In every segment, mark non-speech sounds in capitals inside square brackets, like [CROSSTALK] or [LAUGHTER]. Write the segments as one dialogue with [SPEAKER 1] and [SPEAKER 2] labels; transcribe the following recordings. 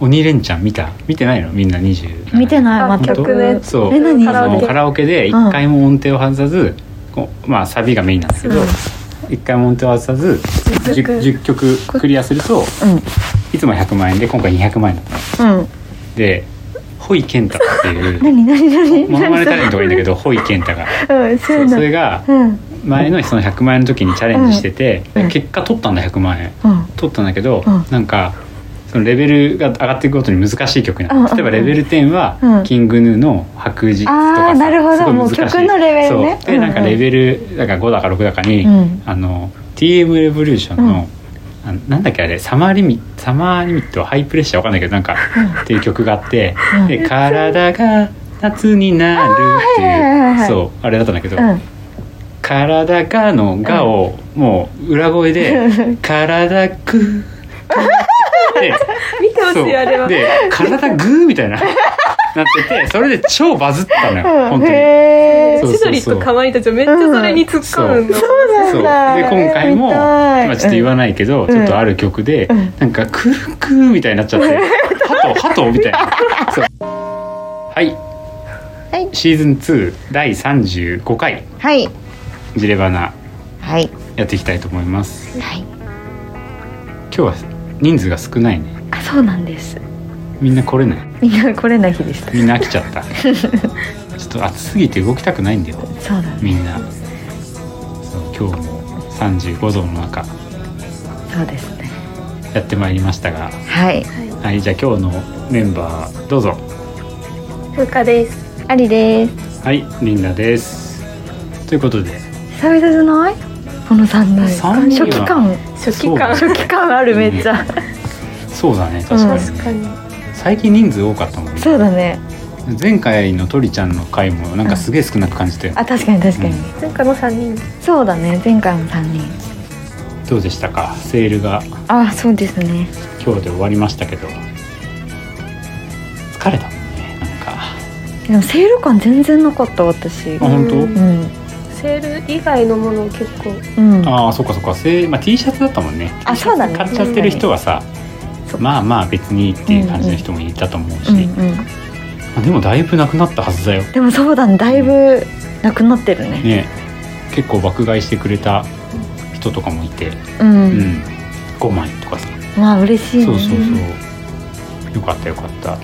[SPEAKER 1] 鬼レンチャン見た見てないのみんな20
[SPEAKER 2] 見て
[SPEAKER 1] い
[SPEAKER 2] ない
[SPEAKER 1] 本
[SPEAKER 2] 全
[SPEAKER 1] 当
[SPEAKER 2] く
[SPEAKER 1] 曲
[SPEAKER 3] ね
[SPEAKER 1] そう
[SPEAKER 2] え何
[SPEAKER 1] カ
[SPEAKER 3] カ
[SPEAKER 1] ラ
[SPEAKER 3] ラ
[SPEAKER 1] オケ
[SPEAKER 3] オケ
[SPEAKER 1] カラオケで一回も音程を外さず、こうまあサビがメインなんだけど
[SPEAKER 2] うん
[SPEAKER 1] 一、回も音程を外さず 10,
[SPEAKER 3] 曲
[SPEAKER 1] 10曲クリアするといつも100万円で今回200万円だったの
[SPEAKER 2] うんうん
[SPEAKER 1] でホイケンタっていう
[SPEAKER 2] [LAUGHS] 何何何
[SPEAKER 1] モノマネタレントがいいんだけ
[SPEAKER 2] ど
[SPEAKER 1] どホイケンタが
[SPEAKER 2] うんそ
[SPEAKER 1] そ
[SPEAKER 2] うい
[SPEAKER 1] うう
[SPEAKER 2] の
[SPEAKER 1] それが
[SPEAKER 2] うん
[SPEAKER 1] 前のその100万円の時にチャレンジしてて、
[SPEAKER 2] うんうん
[SPEAKER 1] 結果取ったんだ100万円
[SPEAKER 2] うん
[SPEAKER 1] 取ったんだけど、
[SPEAKER 2] うん
[SPEAKER 1] なんかそのレベルが上がっていくごとに難しい曲にな
[SPEAKER 2] うん
[SPEAKER 1] る
[SPEAKER 2] うんうん
[SPEAKER 1] 例えばレベル10は、
[SPEAKER 2] うん
[SPEAKER 1] キングヌーの「白日」と
[SPEAKER 2] あ
[SPEAKER 1] か
[SPEAKER 2] ーなるほど
[SPEAKER 1] すごい難しい
[SPEAKER 2] もう曲のレベルね
[SPEAKER 1] そうで
[SPEAKER 2] うんう
[SPEAKER 1] なんんかレベルだから5だか6だかに、
[SPEAKER 2] うん
[SPEAKER 1] あの TM レボリューションの、あのなんだっけあれサマーリミサマーリミットハイプレッシャーわかんないけどなんか、っていう曲があって、
[SPEAKER 2] うん
[SPEAKER 1] で体が夏になるって
[SPEAKER 2] あーはいはいはい
[SPEAKER 1] いう、
[SPEAKER 2] はい
[SPEAKER 1] そうあれだったんだけど、
[SPEAKER 2] うん
[SPEAKER 1] 体がのがをもう裏声
[SPEAKER 2] う
[SPEAKER 1] で
[SPEAKER 2] ん
[SPEAKER 1] 「
[SPEAKER 2] [LAUGHS]
[SPEAKER 1] 体くー」って
[SPEAKER 3] 見てほし
[SPEAKER 1] そう
[SPEAKER 3] いあれは
[SPEAKER 1] で「体ぐー」みたいななっててそれで超バズったのよ本当に
[SPEAKER 2] へえ
[SPEAKER 1] そう
[SPEAKER 3] 千鳥とかまいたちはめっちゃそれに突っ込むんだ
[SPEAKER 1] そ
[SPEAKER 2] そう
[SPEAKER 1] で
[SPEAKER 2] うなんだ
[SPEAKER 1] 今回も
[SPEAKER 2] 見たい
[SPEAKER 1] 今ちょっと言わないけど、
[SPEAKER 2] ん
[SPEAKER 1] ちょっとある曲で、
[SPEAKER 2] うん
[SPEAKER 1] なんか「くるくー」みたいになっちゃって
[SPEAKER 2] [LAUGHS]
[SPEAKER 1] 「ハトハト」みたいなそうはい、
[SPEAKER 2] はい
[SPEAKER 1] シーズン2第35回
[SPEAKER 2] はい
[SPEAKER 1] 「ジレバナ
[SPEAKER 2] はい」
[SPEAKER 1] やっていきたいと思います
[SPEAKER 2] はい
[SPEAKER 1] 今日は人数が少ないね
[SPEAKER 2] あそうなんです
[SPEAKER 1] みんな来れない
[SPEAKER 2] みんな来れない日でした
[SPEAKER 1] みんな飽きちゃったちょっと暑すぎて動きたくないんだよ
[SPEAKER 2] そうなんで
[SPEAKER 1] みんなそう今日も35度の中
[SPEAKER 2] すそうですね
[SPEAKER 1] やってまいりましたが
[SPEAKER 2] はい
[SPEAKER 1] はいじゃあ今日のメンバーどうぞ
[SPEAKER 3] ふうかです
[SPEAKER 2] ありです
[SPEAKER 1] はいリンダですということで
[SPEAKER 2] 久々じゃないこの三人
[SPEAKER 1] 三人は
[SPEAKER 2] 初期感
[SPEAKER 3] 初期感
[SPEAKER 1] そう
[SPEAKER 2] 初期感あるめっちゃ
[SPEAKER 1] そうだね確かに,、
[SPEAKER 3] 確かに
[SPEAKER 1] 最近人数多かったもんね
[SPEAKER 2] そうだね
[SPEAKER 1] 前回のとりちゃんの回もなんかすげえ少なく感じたよ、
[SPEAKER 2] あ確かに確かに
[SPEAKER 1] う
[SPEAKER 3] なんかの3人
[SPEAKER 2] そうだね前回も三人
[SPEAKER 1] どうでしたかセールが
[SPEAKER 2] あそうですね
[SPEAKER 1] 今日で終わりましたけど疲れたもんねなんか
[SPEAKER 2] でもセール感全然なかった私
[SPEAKER 1] あ
[SPEAKER 2] う
[SPEAKER 1] 本当、
[SPEAKER 3] うん
[SPEAKER 2] ん
[SPEAKER 3] セール以外のものを結構
[SPEAKER 2] うん
[SPEAKER 1] ああそっかそっかせい、まあ、T シャツだったもんね
[SPEAKER 2] あそうだね
[SPEAKER 1] 買っちゃってる人はさ
[SPEAKER 2] そう
[SPEAKER 1] まあまあ別にっていう感じの人もいたと思うし、
[SPEAKER 2] うんうん
[SPEAKER 1] まあでもだいぶなくなったはずだよ
[SPEAKER 2] でもそうだねだいぶなくなってるね
[SPEAKER 1] ね結構爆買いしてくれた人とかもいて、う
[SPEAKER 2] う
[SPEAKER 1] ん
[SPEAKER 2] ん
[SPEAKER 1] 5枚とかさ、
[SPEAKER 2] まあ嬉しいね
[SPEAKER 1] そうそう
[SPEAKER 2] うん
[SPEAKER 1] そうよかったよかった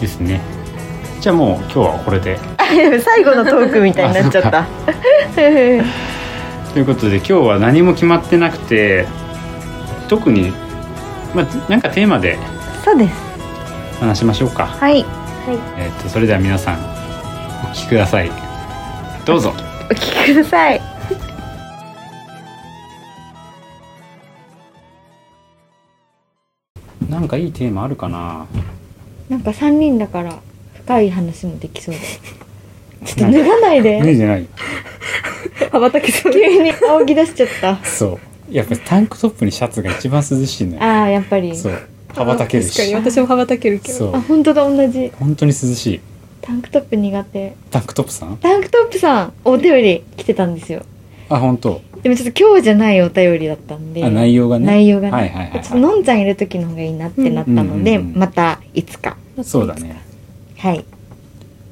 [SPEAKER 1] ですねじゃあもう今日はこれで
[SPEAKER 2] あでも [LAUGHS] 最後のトークみたいになっちゃった
[SPEAKER 1] ということで今日は何も決まってなくて特に、まあ、なんかテーマで
[SPEAKER 2] [LAUGHS] そうです
[SPEAKER 1] 話しましょうか、
[SPEAKER 2] はい
[SPEAKER 1] えっとそれでは皆さんお聞きくださいどうぞ
[SPEAKER 2] お聞きください
[SPEAKER 1] なんかいいテーマあるかな
[SPEAKER 2] なんか三人だから深い話もで
[SPEAKER 1] [LAUGHS]
[SPEAKER 2] きそうだよちょっと脱がない
[SPEAKER 1] 脱い
[SPEAKER 2] で
[SPEAKER 1] でない
[SPEAKER 3] 羽ばたきそう
[SPEAKER 2] 急に仰ぎ出しち
[SPEAKER 1] [LAUGHS]
[SPEAKER 2] ゃった
[SPEAKER 1] そうやっぱりタンクトップにシャツが一番涼しいのよ
[SPEAKER 2] ああやっぱり
[SPEAKER 1] そう羽ばたける
[SPEAKER 3] 確かに
[SPEAKER 1] し
[SPEAKER 3] 私も羽ばたけるけど
[SPEAKER 1] そう
[SPEAKER 2] あ本当だ同じ
[SPEAKER 1] 本当に涼しい
[SPEAKER 2] タンクトップ苦手
[SPEAKER 1] タンクトップさん
[SPEAKER 2] タンクトップさんお便り来てたんですよ
[SPEAKER 1] あ本当
[SPEAKER 2] でもちょっと今日じゃないお便りだったんで
[SPEAKER 1] あ内容がね
[SPEAKER 2] 内容がね
[SPEAKER 1] はいはいはいはい
[SPEAKER 2] ちょっとのんちゃんいる時の方がいいなってなったの
[SPEAKER 1] う
[SPEAKER 2] で、
[SPEAKER 1] んうんうん
[SPEAKER 2] またいつか
[SPEAKER 1] そうだね
[SPEAKER 2] はい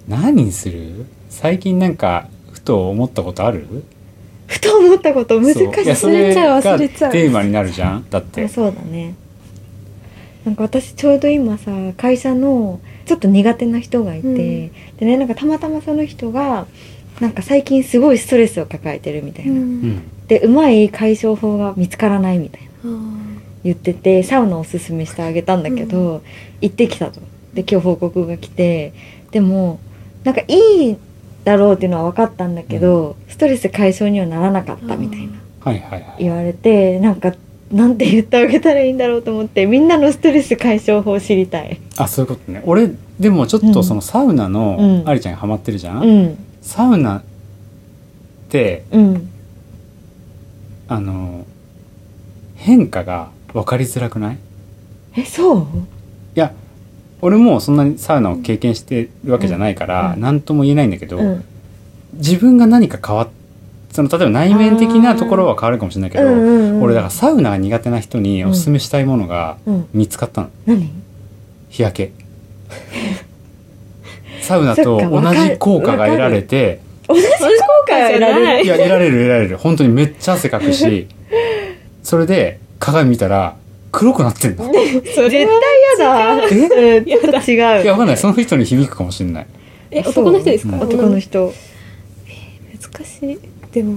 [SPEAKER 1] 何にする最近なんかふと思ったことある
[SPEAKER 2] ふと思ったこと難しい
[SPEAKER 1] そうやそ
[SPEAKER 3] 忘れちゃう
[SPEAKER 1] が
[SPEAKER 3] 忘れちゃう
[SPEAKER 1] テーマになるじゃんだって
[SPEAKER 2] あそうだねなんか私ちょうど今さ会社のちょっと苦手な人がいて、
[SPEAKER 3] うん
[SPEAKER 2] でねなんかたまたまその人がなんか最近すごいストレスを抱えてるみたいな、
[SPEAKER 1] うんん
[SPEAKER 2] でうまい解消法が見つからないみたいな
[SPEAKER 3] あ
[SPEAKER 2] 言っててサウナおすすめしてあげたんだけど、行ってきたとで今日報告が来てでもなんかいいだろうっていうのは分かったんだけど、ストレス解消にはならなかったみたいな
[SPEAKER 1] はいはいはい
[SPEAKER 2] 言われてなんかなんて言ってあげたらいいんだろうと思ってみんなのストレス解消法知りたい
[SPEAKER 1] あそういうことね俺でもちょっとそのサウナの
[SPEAKER 2] うん
[SPEAKER 1] ありちゃんがハマってるじゃん、
[SPEAKER 2] うん
[SPEAKER 1] サウナって
[SPEAKER 2] うん
[SPEAKER 1] あの変化が分かりづらくないい
[SPEAKER 2] えそう
[SPEAKER 1] や俺もそんなにサウナを経験してるわけじゃないから
[SPEAKER 2] うん
[SPEAKER 1] 何とも言えないんだけど、
[SPEAKER 2] うん
[SPEAKER 1] 自分が何か変わっその例えば内面的なところは変わるかもしれないけど、
[SPEAKER 2] うんうんうん
[SPEAKER 1] 俺だからサウナが苦手な人におすすめしたいものが
[SPEAKER 2] うん
[SPEAKER 1] 見つかったの、
[SPEAKER 2] 何
[SPEAKER 1] 日焼け
[SPEAKER 2] [LAUGHS]
[SPEAKER 1] サウナと同じ効果が得られて
[SPEAKER 2] 同じ効果が得られ
[SPEAKER 3] わか
[SPEAKER 1] い
[SPEAKER 2] る
[SPEAKER 1] や得られる得られる本当にめっちゃ汗かく
[SPEAKER 2] [LAUGHS]
[SPEAKER 1] しそれで鏡見たら黒くなってんのい
[SPEAKER 2] 絶対嫌だうんちょっと違う
[SPEAKER 1] やわかんないその人に響くかもしれない
[SPEAKER 2] え
[SPEAKER 3] え男の人ですか、
[SPEAKER 1] うん
[SPEAKER 2] 男の
[SPEAKER 3] 人
[SPEAKER 2] 人
[SPEAKER 3] 難しいでも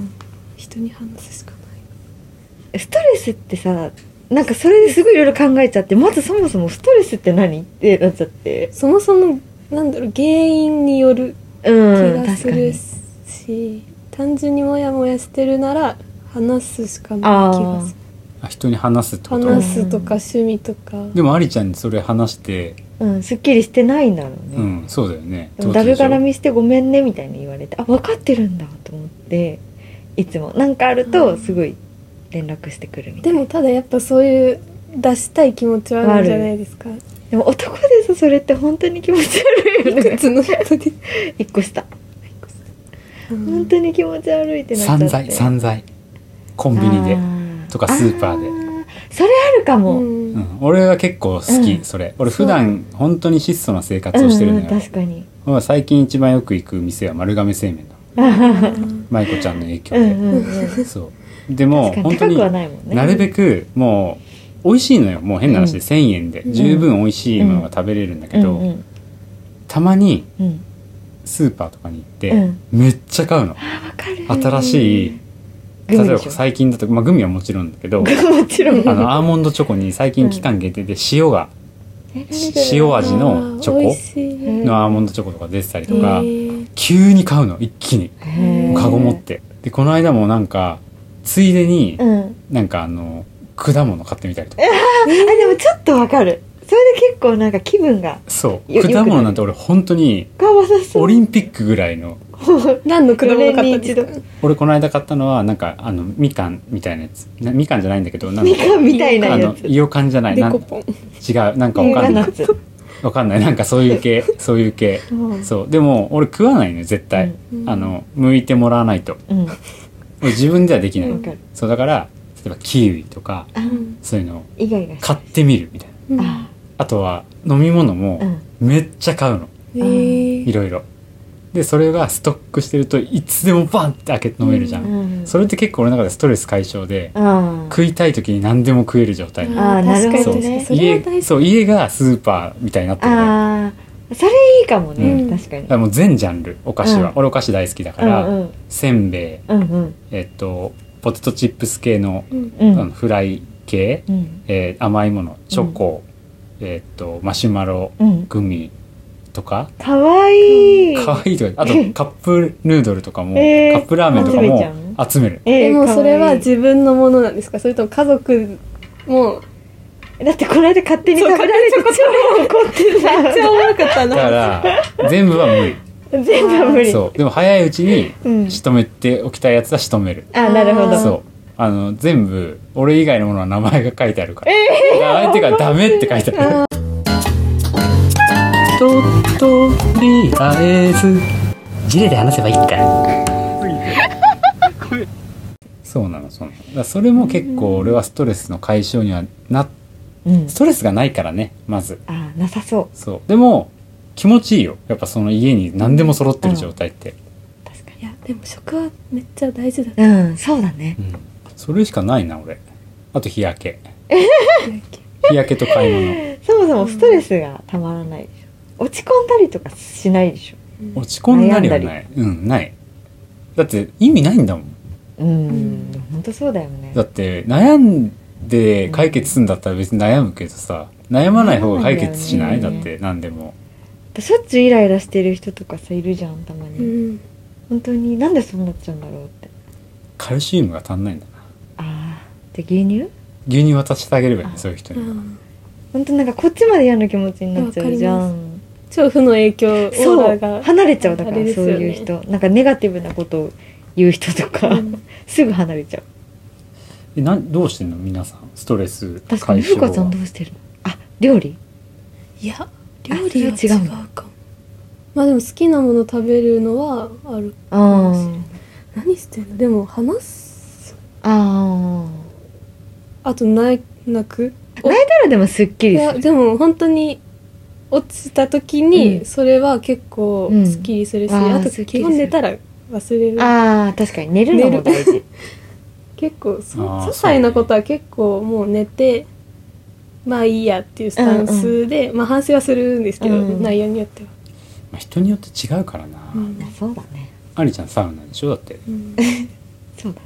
[SPEAKER 3] 人に話すしかない
[SPEAKER 2] ストレスってさなんかそれですごいいろいろ考えちゃってまずそもそもストレスって何ってなっちゃって
[SPEAKER 3] そもそもなんだろう原因による気
[SPEAKER 2] うん
[SPEAKER 3] が
[SPEAKER 2] 確
[SPEAKER 3] す
[SPEAKER 2] か
[SPEAKER 3] る
[SPEAKER 2] に
[SPEAKER 3] し、単純にモヤモヤしてるなら話すしかない気が
[SPEAKER 2] あ
[SPEAKER 3] する
[SPEAKER 1] あ人に話すってこと
[SPEAKER 3] 話すとか趣味とか、
[SPEAKER 1] でもありちゃんにそれ話して
[SPEAKER 2] あうんすっきりしてないんだろうね、
[SPEAKER 1] うんそうだよね
[SPEAKER 2] でもだるがら
[SPEAKER 1] って
[SPEAKER 2] みしてごめんねみたいに言われてあ分かってるんだと思っていつもなんかある
[SPEAKER 3] う
[SPEAKER 2] と
[SPEAKER 3] ん
[SPEAKER 2] すごい連絡してくるみた
[SPEAKER 3] で
[SPEAKER 2] いな
[SPEAKER 3] もただやっぱそういう出したい気持ちはあるんじゃないですか
[SPEAKER 2] でも男ですそれって本当に気持ち悪いよ
[SPEAKER 3] いく
[SPEAKER 2] ね
[SPEAKER 3] つの人で、
[SPEAKER 2] 一個下
[SPEAKER 3] うん
[SPEAKER 2] 本当に気持ち悪いっ
[SPEAKER 1] ことで
[SPEAKER 2] て
[SPEAKER 1] し
[SPEAKER 2] な
[SPEAKER 1] ょ
[SPEAKER 2] っちゃっ
[SPEAKER 1] 散財
[SPEAKER 2] て
[SPEAKER 1] 散財コンビニで
[SPEAKER 2] あ、ー
[SPEAKER 1] とかスーパーで
[SPEAKER 2] あそれあるかも、うん
[SPEAKER 1] うんん、俺は結構好き、
[SPEAKER 2] うん
[SPEAKER 1] それ俺普段本当に質素な生活をしてるの
[SPEAKER 2] うん
[SPEAKER 1] よ、
[SPEAKER 2] 確かに
[SPEAKER 1] まあ最近一番よく行く店は丸亀製麺だ舞子ちゃんの影響
[SPEAKER 2] う
[SPEAKER 1] で、
[SPEAKER 2] んうんうん
[SPEAKER 1] そうでも
[SPEAKER 2] 確かに
[SPEAKER 1] 本当
[SPEAKER 2] 高
[SPEAKER 1] に
[SPEAKER 2] くはないもんね
[SPEAKER 1] なるべくもう美味しいのよもう変な話で、
[SPEAKER 2] うん
[SPEAKER 1] 1,000円で十分美味しいものが食べれるんだけど、
[SPEAKER 2] うんうん
[SPEAKER 1] たまに
[SPEAKER 2] うん
[SPEAKER 1] スーパーとかに行って、
[SPEAKER 2] うん
[SPEAKER 1] めっちゃ買うの
[SPEAKER 2] あわかる
[SPEAKER 1] 新しい例
[SPEAKER 2] グミ
[SPEAKER 1] えば
[SPEAKER 2] でしょ
[SPEAKER 1] 最近だと、まあ、グミはもちろんだけど
[SPEAKER 2] もちろん
[SPEAKER 1] あのアーモンドチョコに最近期間限定で塩が、塩味のチョコ
[SPEAKER 3] 美味しい
[SPEAKER 2] うん
[SPEAKER 1] のアーモンドチョコとか出てたりと
[SPEAKER 3] へ
[SPEAKER 1] か、
[SPEAKER 3] ー
[SPEAKER 1] 急に買うの一気に
[SPEAKER 2] へー
[SPEAKER 1] カゴ持ってでこの間もなんかついでに
[SPEAKER 2] うんあ
[SPEAKER 1] なんかあの果物買ってみたりとか、
[SPEAKER 2] でもちょっとわかるそれで結構なんか気分が
[SPEAKER 1] そう
[SPEAKER 2] よよくない
[SPEAKER 1] 果物なんて俺本当に
[SPEAKER 2] がわさそう
[SPEAKER 1] オリンピックぐらいの
[SPEAKER 3] 何の果物買ったんですか
[SPEAKER 2] 四年に
[SPEAKER 1] 俺この間買ったのはなんかあのみかんみたいなやつなみかんじゃないんだけどなん
[SPEAKER 2] み
[SPEAKER 1] か
[SPEAKER 2] かんみたいな
[SPEAKER 1] あ
[SPEAKER 2] や
[SPEAKER 1] の
[SPEAKER 2] つ
[SPEAKER 1] いよかんじゃない
[SPEAKER 3] デ
[SPEAKER 1] なん
[SPEAKER 3] コ
[SPEAKER 1] 違
[SPEAKER 3] ポン
[SPEAKER 1] うなんかわかんない
[SPEAKER 2] いよ
[SPEAKER 1] わかんないなんかそういう系そういう系
[SPEAKER 2] うん
[SPEAKER 1] そうでも俺食わないのよ絶対、
[SPEAKER 3] うん
[SPEAKER 1] あの剥いてもらわないと
[SPEAKER 2] うんわ
[SPEAKER 1] 俺自分ではできない、
[SPEAKER 3] うん
[SPEAKER 2] かる
[SPEAKER 1] そうだから例えばキウイとか
[SPEAKER 2] あ
[SPEAKER 3] うん
[SPEAKER 1] そういうのを
[SPEAKER 2] イガイガして
[SPEAKER 1] 買ってみるみたいな
[SPEAKER 3] うん
[SPEAKER 2] あ
[SPEAKER 1] あとは飲み物
[SPEAKER 2] う
[SPEAKER 1] も
[SPEAKER 2] ん
[SPEAKER 1] めっちゃ買うの
[SPEAKER 3] えー
[SPEAKER 1] いろいろでそれがストックしてるといつでもバンって開けて飲めるじゃん、
[SPEAKER 2] うん
[SPEAKER 1] それって結構俺の中でストレス解消で、
[SPEAKER 2] あー
[SPEAKER 1] 食いたい時に何でも食える状態なの
[SPEAKER 2] あーなるほど
[SPEAKER 3] 確かに
[SPEAKER 2] ね
[SPEAKER 3] それは大
[SPEAKER 1] 家
[SPEAKER 3] 事
[SPEAKER 1] そう家がスーパーみたいになってるからだか
[SPEAKER 2] あーそれいいかもね
[SPEAKER 3] うん
[SPEAKER 2] 確かに
[SPEAKER 1] らもう全ジャンルお菓子は、
[SPEAKER 2] うん
[SPEAKER 1] 俺お菓子大好きだか
[SPEAKER 2] う
[SPEAKER 1] ら、
[SPEAKER 2] んうん
[SPEAKER 1] せんべい
[SPEAKER 2] うんうん
[SPEAKER 1] えっとポテトチップス系の、
[SPEAKER 3] うん
[SPEAKER 2] う
[SPEAKER 1] あの
[SPEAKER 2] ん
[SPEAKER 1] フライ系、
[SPEAKER 2] うん
[SPEAKER 1] えー甘いものチョコ、えっとマシュマロ
[SPEAKER 2] うん
[SPEAKER 1] グミとか
[SPEAKER 2] かわいい
[SPEAKER 1] 可愛いとかあとカップヌードルとかも、
[SPEAKER 2] えー
[SPEAKER 1] カップラーメンとか
[SPEAKER 2] 集めちゃう
[SPEAKER 1] も集める
[SPEAKER 2] え
[SPEAKER 3] え
[SPEAKER 2] ー
[SPEAKER 3] もう
[SPEAKER 2] かわいい
[SPEAKER 3] それは自分のものなんですかそれとも家族も
[SPEAKER 2] だってこの間勝手に食べられて超怒って
[SPEAKER 3] めっちゃ
[SPEAKER 2] さ
[SPEAKER 3] おもろかった
[SPEAKER 1] だ
[SPEAKER 3] な
[SPEAKER 1] から全部は無
[SPEAKER 2] 全部は無
[SPEAKER 1] 理
[SPEAKER 2] 理
[SPEAKER 1] そうでも早いうちに
[SPEAKER 2] うん
[SPEAKER 1] 仕留めておきたいやつは仕留める、
[SPEAKER 2] あなるほ
[SPEAKER 3] うん
[SPEAKER 2] ど
[SPEAKER 1] そうあの全部俺以外のものは名前が書いてあるから、名前っていうかダメって書いてあるととりあえずジレで話せばいいからそうなのそうなのだからそれも結構俺はストレスの解消にはな
[SPEAKER 2] うん
[SPEAKER 1] ストレスがないからねまず
[SPEAKER 2] あなさそう
[SPEAKER 1] そうでも気持ちいいよやっぱその家に何でも揃ってる状態って、
[SPEAKER 2] 確か
[SPEAKER 3] いやでも食はめっちゃ大事だ
[SPEAKER 2] にうんそうだね
[SPEAKER 1] うんそれしかないな俺あと日焼け日焼けと買い物
[SPEAKER 2] そもそもストレスがたまらないでしょ落ち込んだりとかしないでし
[SPEAKER 1] 落ち込んだりはないうんないだって意味ないんだもん
[SPEAKER 2] ょうん本当そうだよね
[SPEAKER 1] だって悩んで解決するんだったら別に悩むけどさ悩まない方が解決しない
[SPEAKER 2] 悩ま
[SPEAKER 1] だ
[SPEAKER 2] ないよね
[SPEAKER 1] って何でも
[SPEAKER 2] しょっちゅうイライラしてる人とかさいるじゃんたま
[SPEAKER 3] う
[SPEAKER 2] に
[SPEAKER 3] ん
[SPEAKER 2] 本当になんでそうなっちゃうんだろうって
[SPEAKER 1] カルシウムが足んないんだな
[SPEAKER 2] あーで牛乳
[SPEAKER 1] 牛乳渡してあげればいいねそういう人
[SPEAKER 3] う
[SPEAKER 1] に
[SPEAKER 3] ん
[SPEAKER 2] 本当なんかこっちまで嫌な気持ちになっちゃうじゃ
[SPEAKER 3] わか
[SPEAKER 2] ん
[SPEAKER 3] 超負の影響オー
[SPEAKER 2] そ
[SPEAKER 3] ラ
[SPEAKER 2] う
[SPEAKER 3] が
[SPEAKER 2] 離れちゃうだから、
[SPEAKER 3] あれです
[SPEAKER 2] そ
[SPEAKER 3] よ
[SPEAKER 2] う
[SPEAKER 3] ね
[SPEAKER 2] いう人なんかネガティブなことを言う人とか、
[SPEAKER 3] うん
[SPEAKER 2] [LAUGHS] すぐ離れちゃう
[SPEAKER 1] えなんどうしてんの皆さんストレス解
[SPEAKER 2] 確かに
[SPEAKER 1] 消
[SPEAKER 2] ふ
[SPEAKER 1] は
[SPEAKER 2] かちゃんどうしてるのあ料理
[SPEAKER 3] いや料理は
[SPEAKER 2] そ
[SPEAKER 3] 違
[SPEAKER 2] れは違う
[SPEAKER 3] うかもまあでも好きなもの食べるのはある
[SPEAKER 2] あ
[SPEAKER 3] 何してんのでも話す
[SPEAKER 2] ああ
[SPEAKER 3] あとない泣く
[SPEAKER 2] あ泣いたらでもすっき
[SPEAKER 3] い
[SPEAKER 2] り
[SPEAKER 3] や
[SPEAKER 2] する
[SPEAKER 3] でも本当に落ちた時に、
[SPEAKER 2] うん
[SPEAKER 3] それは結構すっきりするし、
[SPEAKER 2] うんあー
[SPEAKER 3] あと
[SPEAKER 2] すっきりする
[SPEAKER 3] 基本寝たら忘れる
[SPEAKER 2] ああ確かに寝るのも大 [LAUGHS] 事
[SPEAKER 3] 結構そ
[SPEAKER 1] あー
[SPEAKER 3] 些細なことは結構もう寝てまあいいやっていうスタンスで、まあ反省はするんですけど、
[SPEAKER 2] うん
[SPEAKER 3] 内容によっては、
[SPEAKER 1] まあ、人によって違うからな、
[SPEAKER 3] うん
[SPEAKER 2] そうだね
[SPEAKER 1] ありちゃんサウナでしょだって
[SPEAKER 3] うん
[SPEAKER 2] そうだね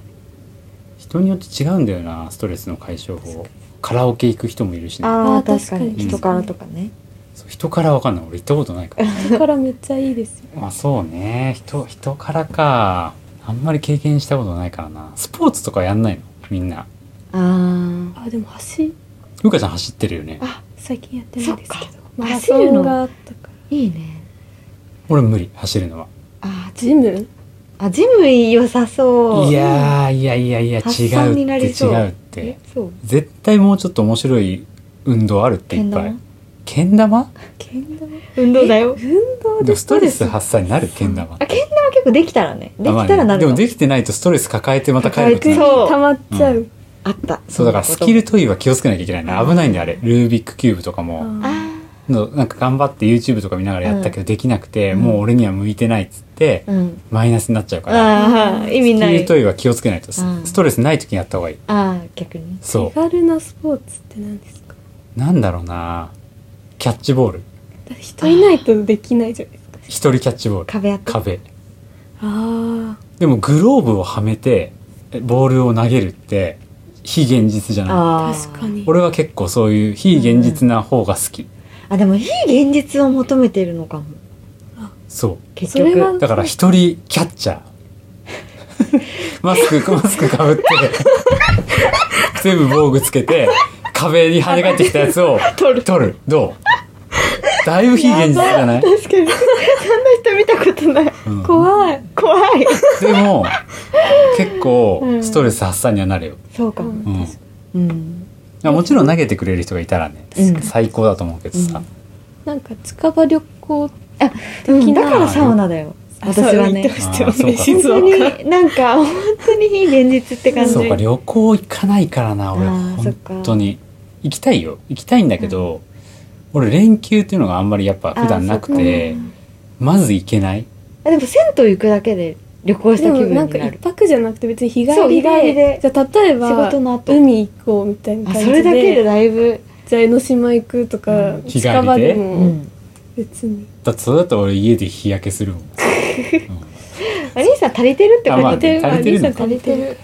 [SPEAKER 1] 人によって違うんだよなストレスの解消法カラオケ行く人もいるしね
[SPEAKER 2] ああ
[SPEAKER 3] あー
[SPEAKER 2] 確かに
[SPEAKER 3] 確か
[SPEAKER 1] に
[SPEAKER 2] 人からとかね
[SPEAKER 1] そう人からわかんない俺行ったことないから
[SPEAKER 3] だからめっちゃいいですよ
[SPEAKER 1] まあそうね人人からかあんまり経験したことないからなスポーツとかやんないのみんな
[SPEAKER 2] ああ
[SPEAKER 3] あでも走
[SPEAKER 1] ふうかちゃん走ってるよね
[SPEAKER 3] あ最近やってないですけ
[SPEAKER 2] そっ
[SPEAKER 3] ど
[SPEAKER 2] か
[SPEAKER 3] マラ
[SPEAKER 2] 走
[SPEAKER 3] ソ
[SPEAKER 2] るの
[SPEAKER 3] ンがあったから
[SPEAKER 2] いいね
[SPEAKER 1] 俺無理走るのは
[SPEAKER 2] あー
[SPEAKER 3] ジム
[SPEAKER 2] あジム良さそう
[SPEAKER 1] い
[SPEAKER 2] い
[SPEAKER 1] やーいやいやいや違
[SPEAKER 2] 発散にな
[SPEAKER 1] う
[SPEAKER 2] り
[SPEAKER 1] って
[SPEAKER 2] そう
[SPEAKER 1] 違うって
[SPEAKER 2] そう
[SPEAKER 1] 絶対もうちょっと面白い運動あるっていっぱいけん玉
[SPEAKER 3] けん玉
[SPEAKER 2] 運動だよ
[SPEAKER 3] 運動
[SPEAKER 1] で
[SPEAKER 3] で
[SPEAKER 1] もストレス
[SPEAKER 3] 発
[SPEAKER 1] 発散になるけん玉
[SPEAKER 2] あけん玉結構できたらねできたらなる
[SPEAKER 1] で
[SPEAKER 2] か
[SPEAKER 1] も
[SPEAKER 2] も
[SPEAKER 1] できてないとストレス抱えてまた帰ることにな
[SPEAKER 2] 抱
[SPEAKER 1] る
[SPEAKER 2] えてそう
[SPEAKER 3] 溜まっちゃう、
[SPEAKER 1] うん
[SPEAKER 2] あった
[SPEAKER 1] そうだからスキル問いは気をつけなきゃいけないな
[SPEAKER 2] うん
[SPEAKER 1] 危ないんだよあれルービックキューブとかも
[SPEAKER 3] あ
[SPEAKER 2] あ
[SPEAKER 1] のなんか頑張って YouTube とか見ながらやったけどできなくて
[SPEAKER 2] うん
[SPEAKER 1] もう俺には向いてないっつって
[SPEAKER 2] あうん
[SPEAKER 1] マイナスになっちゃうから
[SPEAKER 2] ああ意味
[SPEAKER 1] スキ
[SPEAKER 2] な
[SPEAKER 1] ル
[SPEAKER 2] い
[SPEAKER 1] 問いは気をつけないと
[SPEAKER 2] うん
[SPEAKER 1] ストレスない時にやった方がいい
[SPEAKER 2] ああ逆に
[SPEAKER 1] そ
[SPEAKER 3] 手軽なスポーツって何ですか
[SPEAKER 1] うなんだろうなキャッチボール
[SPEAKER 3] だって人いないとできないじゃないですか
[SPEAKER 1] 一人キャッチボール
[SPEAKER 2] 壁当て
[SPEAKER 1] 壁
[SPEAKER 3] あ
[SPEAKER 1] でもグローブをはめてボールを投げるって非現実じゃない
[SPEAKER 2] あ
[SPEAKER 3] あ
[SPEAKER 2] ー
[SPEAKER 3] 確かに
[SPEAKER 1] 俺は結構そういう非現実な方が好き、
[SPEAKER 2] あでも非現実を求めてるのかも
[SPEAKER 1] そ
[SPEAKER 2] 結
[SPEAKER 3] それは
[SPEAKER 1] う
[SPEAKER 2] 局
[SPEAKER 1] だから一人キャッチャー [LAUGHS] マスクマスクかぶって全部防具つけて壁に跳ね返ってきたやつを取る取るどうだいぶ非現実じゃない、
[SPEAKER 2] 確かにそんな人見たことない
[SPEAKER 1] うん
[SPEAKER 3] 怖い
[SPEAKER 2] 怖い
[SPEAKER 1] でも結
[SPEAKER 2] う
[SPEAKER 1] 構
[SPEAKER 2] ん
[SPEAKER 1] ストレス発散にはなるよ、
[SPEAKER 2] そうかも
[SPEAKER 1] うん
[SPEAKER 3] うん
[SPEAKER 1] だか
[SPEAKER 2] うん
[SPEAKER 1] らもちろん投げてくれる人がいたらね、
[SPEAKER 2] うん
[SPEAKER 1] 最高だと思うけどさ、
[SPEAKER 3] なんか近場旅行
[SPEAKER 2] うん
[SPEAKER 3] き
[SPEAKER 2] だ
[SPEAKER 3] な
[SPEAKER 2] からサウナだよ
[SPEAKER 3] あ
[SPEAKER 2] 私は
[SPEAKER 3] そう言って
[SPEAKER 2] ね
[SPEAKER 3] ましたよね
[SPEAKER 1] あー
[SPEAKER 2] 本
[SPEAKER 3] 静
[SPEAKER 2] 当
[SPEAKER 3] 岡
[SPEAKER 2] になんか本当に非現実って感じ
[SPEAKER 1] そうか旅行行かないからな俺
[SPEAKER 2] あーそっか
[SPEAKER 1] 本当に行きたいよ行きたいんだけど、俺連休っていうのがあんまりやっぱ普段なくて
[SPEAKER 3] あそっか
[SPEAKER 1] まず行けない
[SPEAKER 2] あでも銭湯行くだけで旅行し
[SPEAKER 3] で
[SPEAKER 2] た気
[SPEAKER 3] も
[SPEAKER 2] 分に
[SPEAKER 3] な
[SPEAKER 2] なん
[SPEAKER 3] か一
[SPEAKER 2] る
[SPEAKER 3] 泊じゃなくて別に日帰
[SPEAKER 2] そう
[SPEAKER 3] り
[SPEAKER 2] 日帰
[SPEAKER 3] で
[SPEAKER 2] りで
[SPEAKER 3] じゃあ例え
[SPEAKER 2] 仕
[SPEAKER 3] ば
[SPEAKER 2] 事の後
[SPEAKER 3] 海行こうみたいな
[SPEAKER 2] あ
[SPEAKER 3] 感
[SPEAKER 2] そ
[SPEAKER 3] じ
[SPEAKER 2] れ
[SPEAKER 3] で
[SPEAKER 2] だけでだいぶ
[SPEAKER 3] じゃあ江ノ島行くとか、
[SPEAKER 2] うん
[SPEAKER 1] 日帰りで
[SPEAKER 3] 近場で
[SPEAKER 2] う
[SPEAKER 3] も
[SPEAKER 2] ん
[SPEAKER 3] 別に、
[SPEAKER 1] だってそれだと俺家で日焼けするもん、うん
[SPEAKER 2] お兄さん足りてるって
[SPEAKER 1] あま
[SPEAKER 2] 感
[SPEAKER 1] あ
[SPEAKER 2] じ
[SPEAKER 1] ね足りてるのか
[SPEAKER 3] 足りてる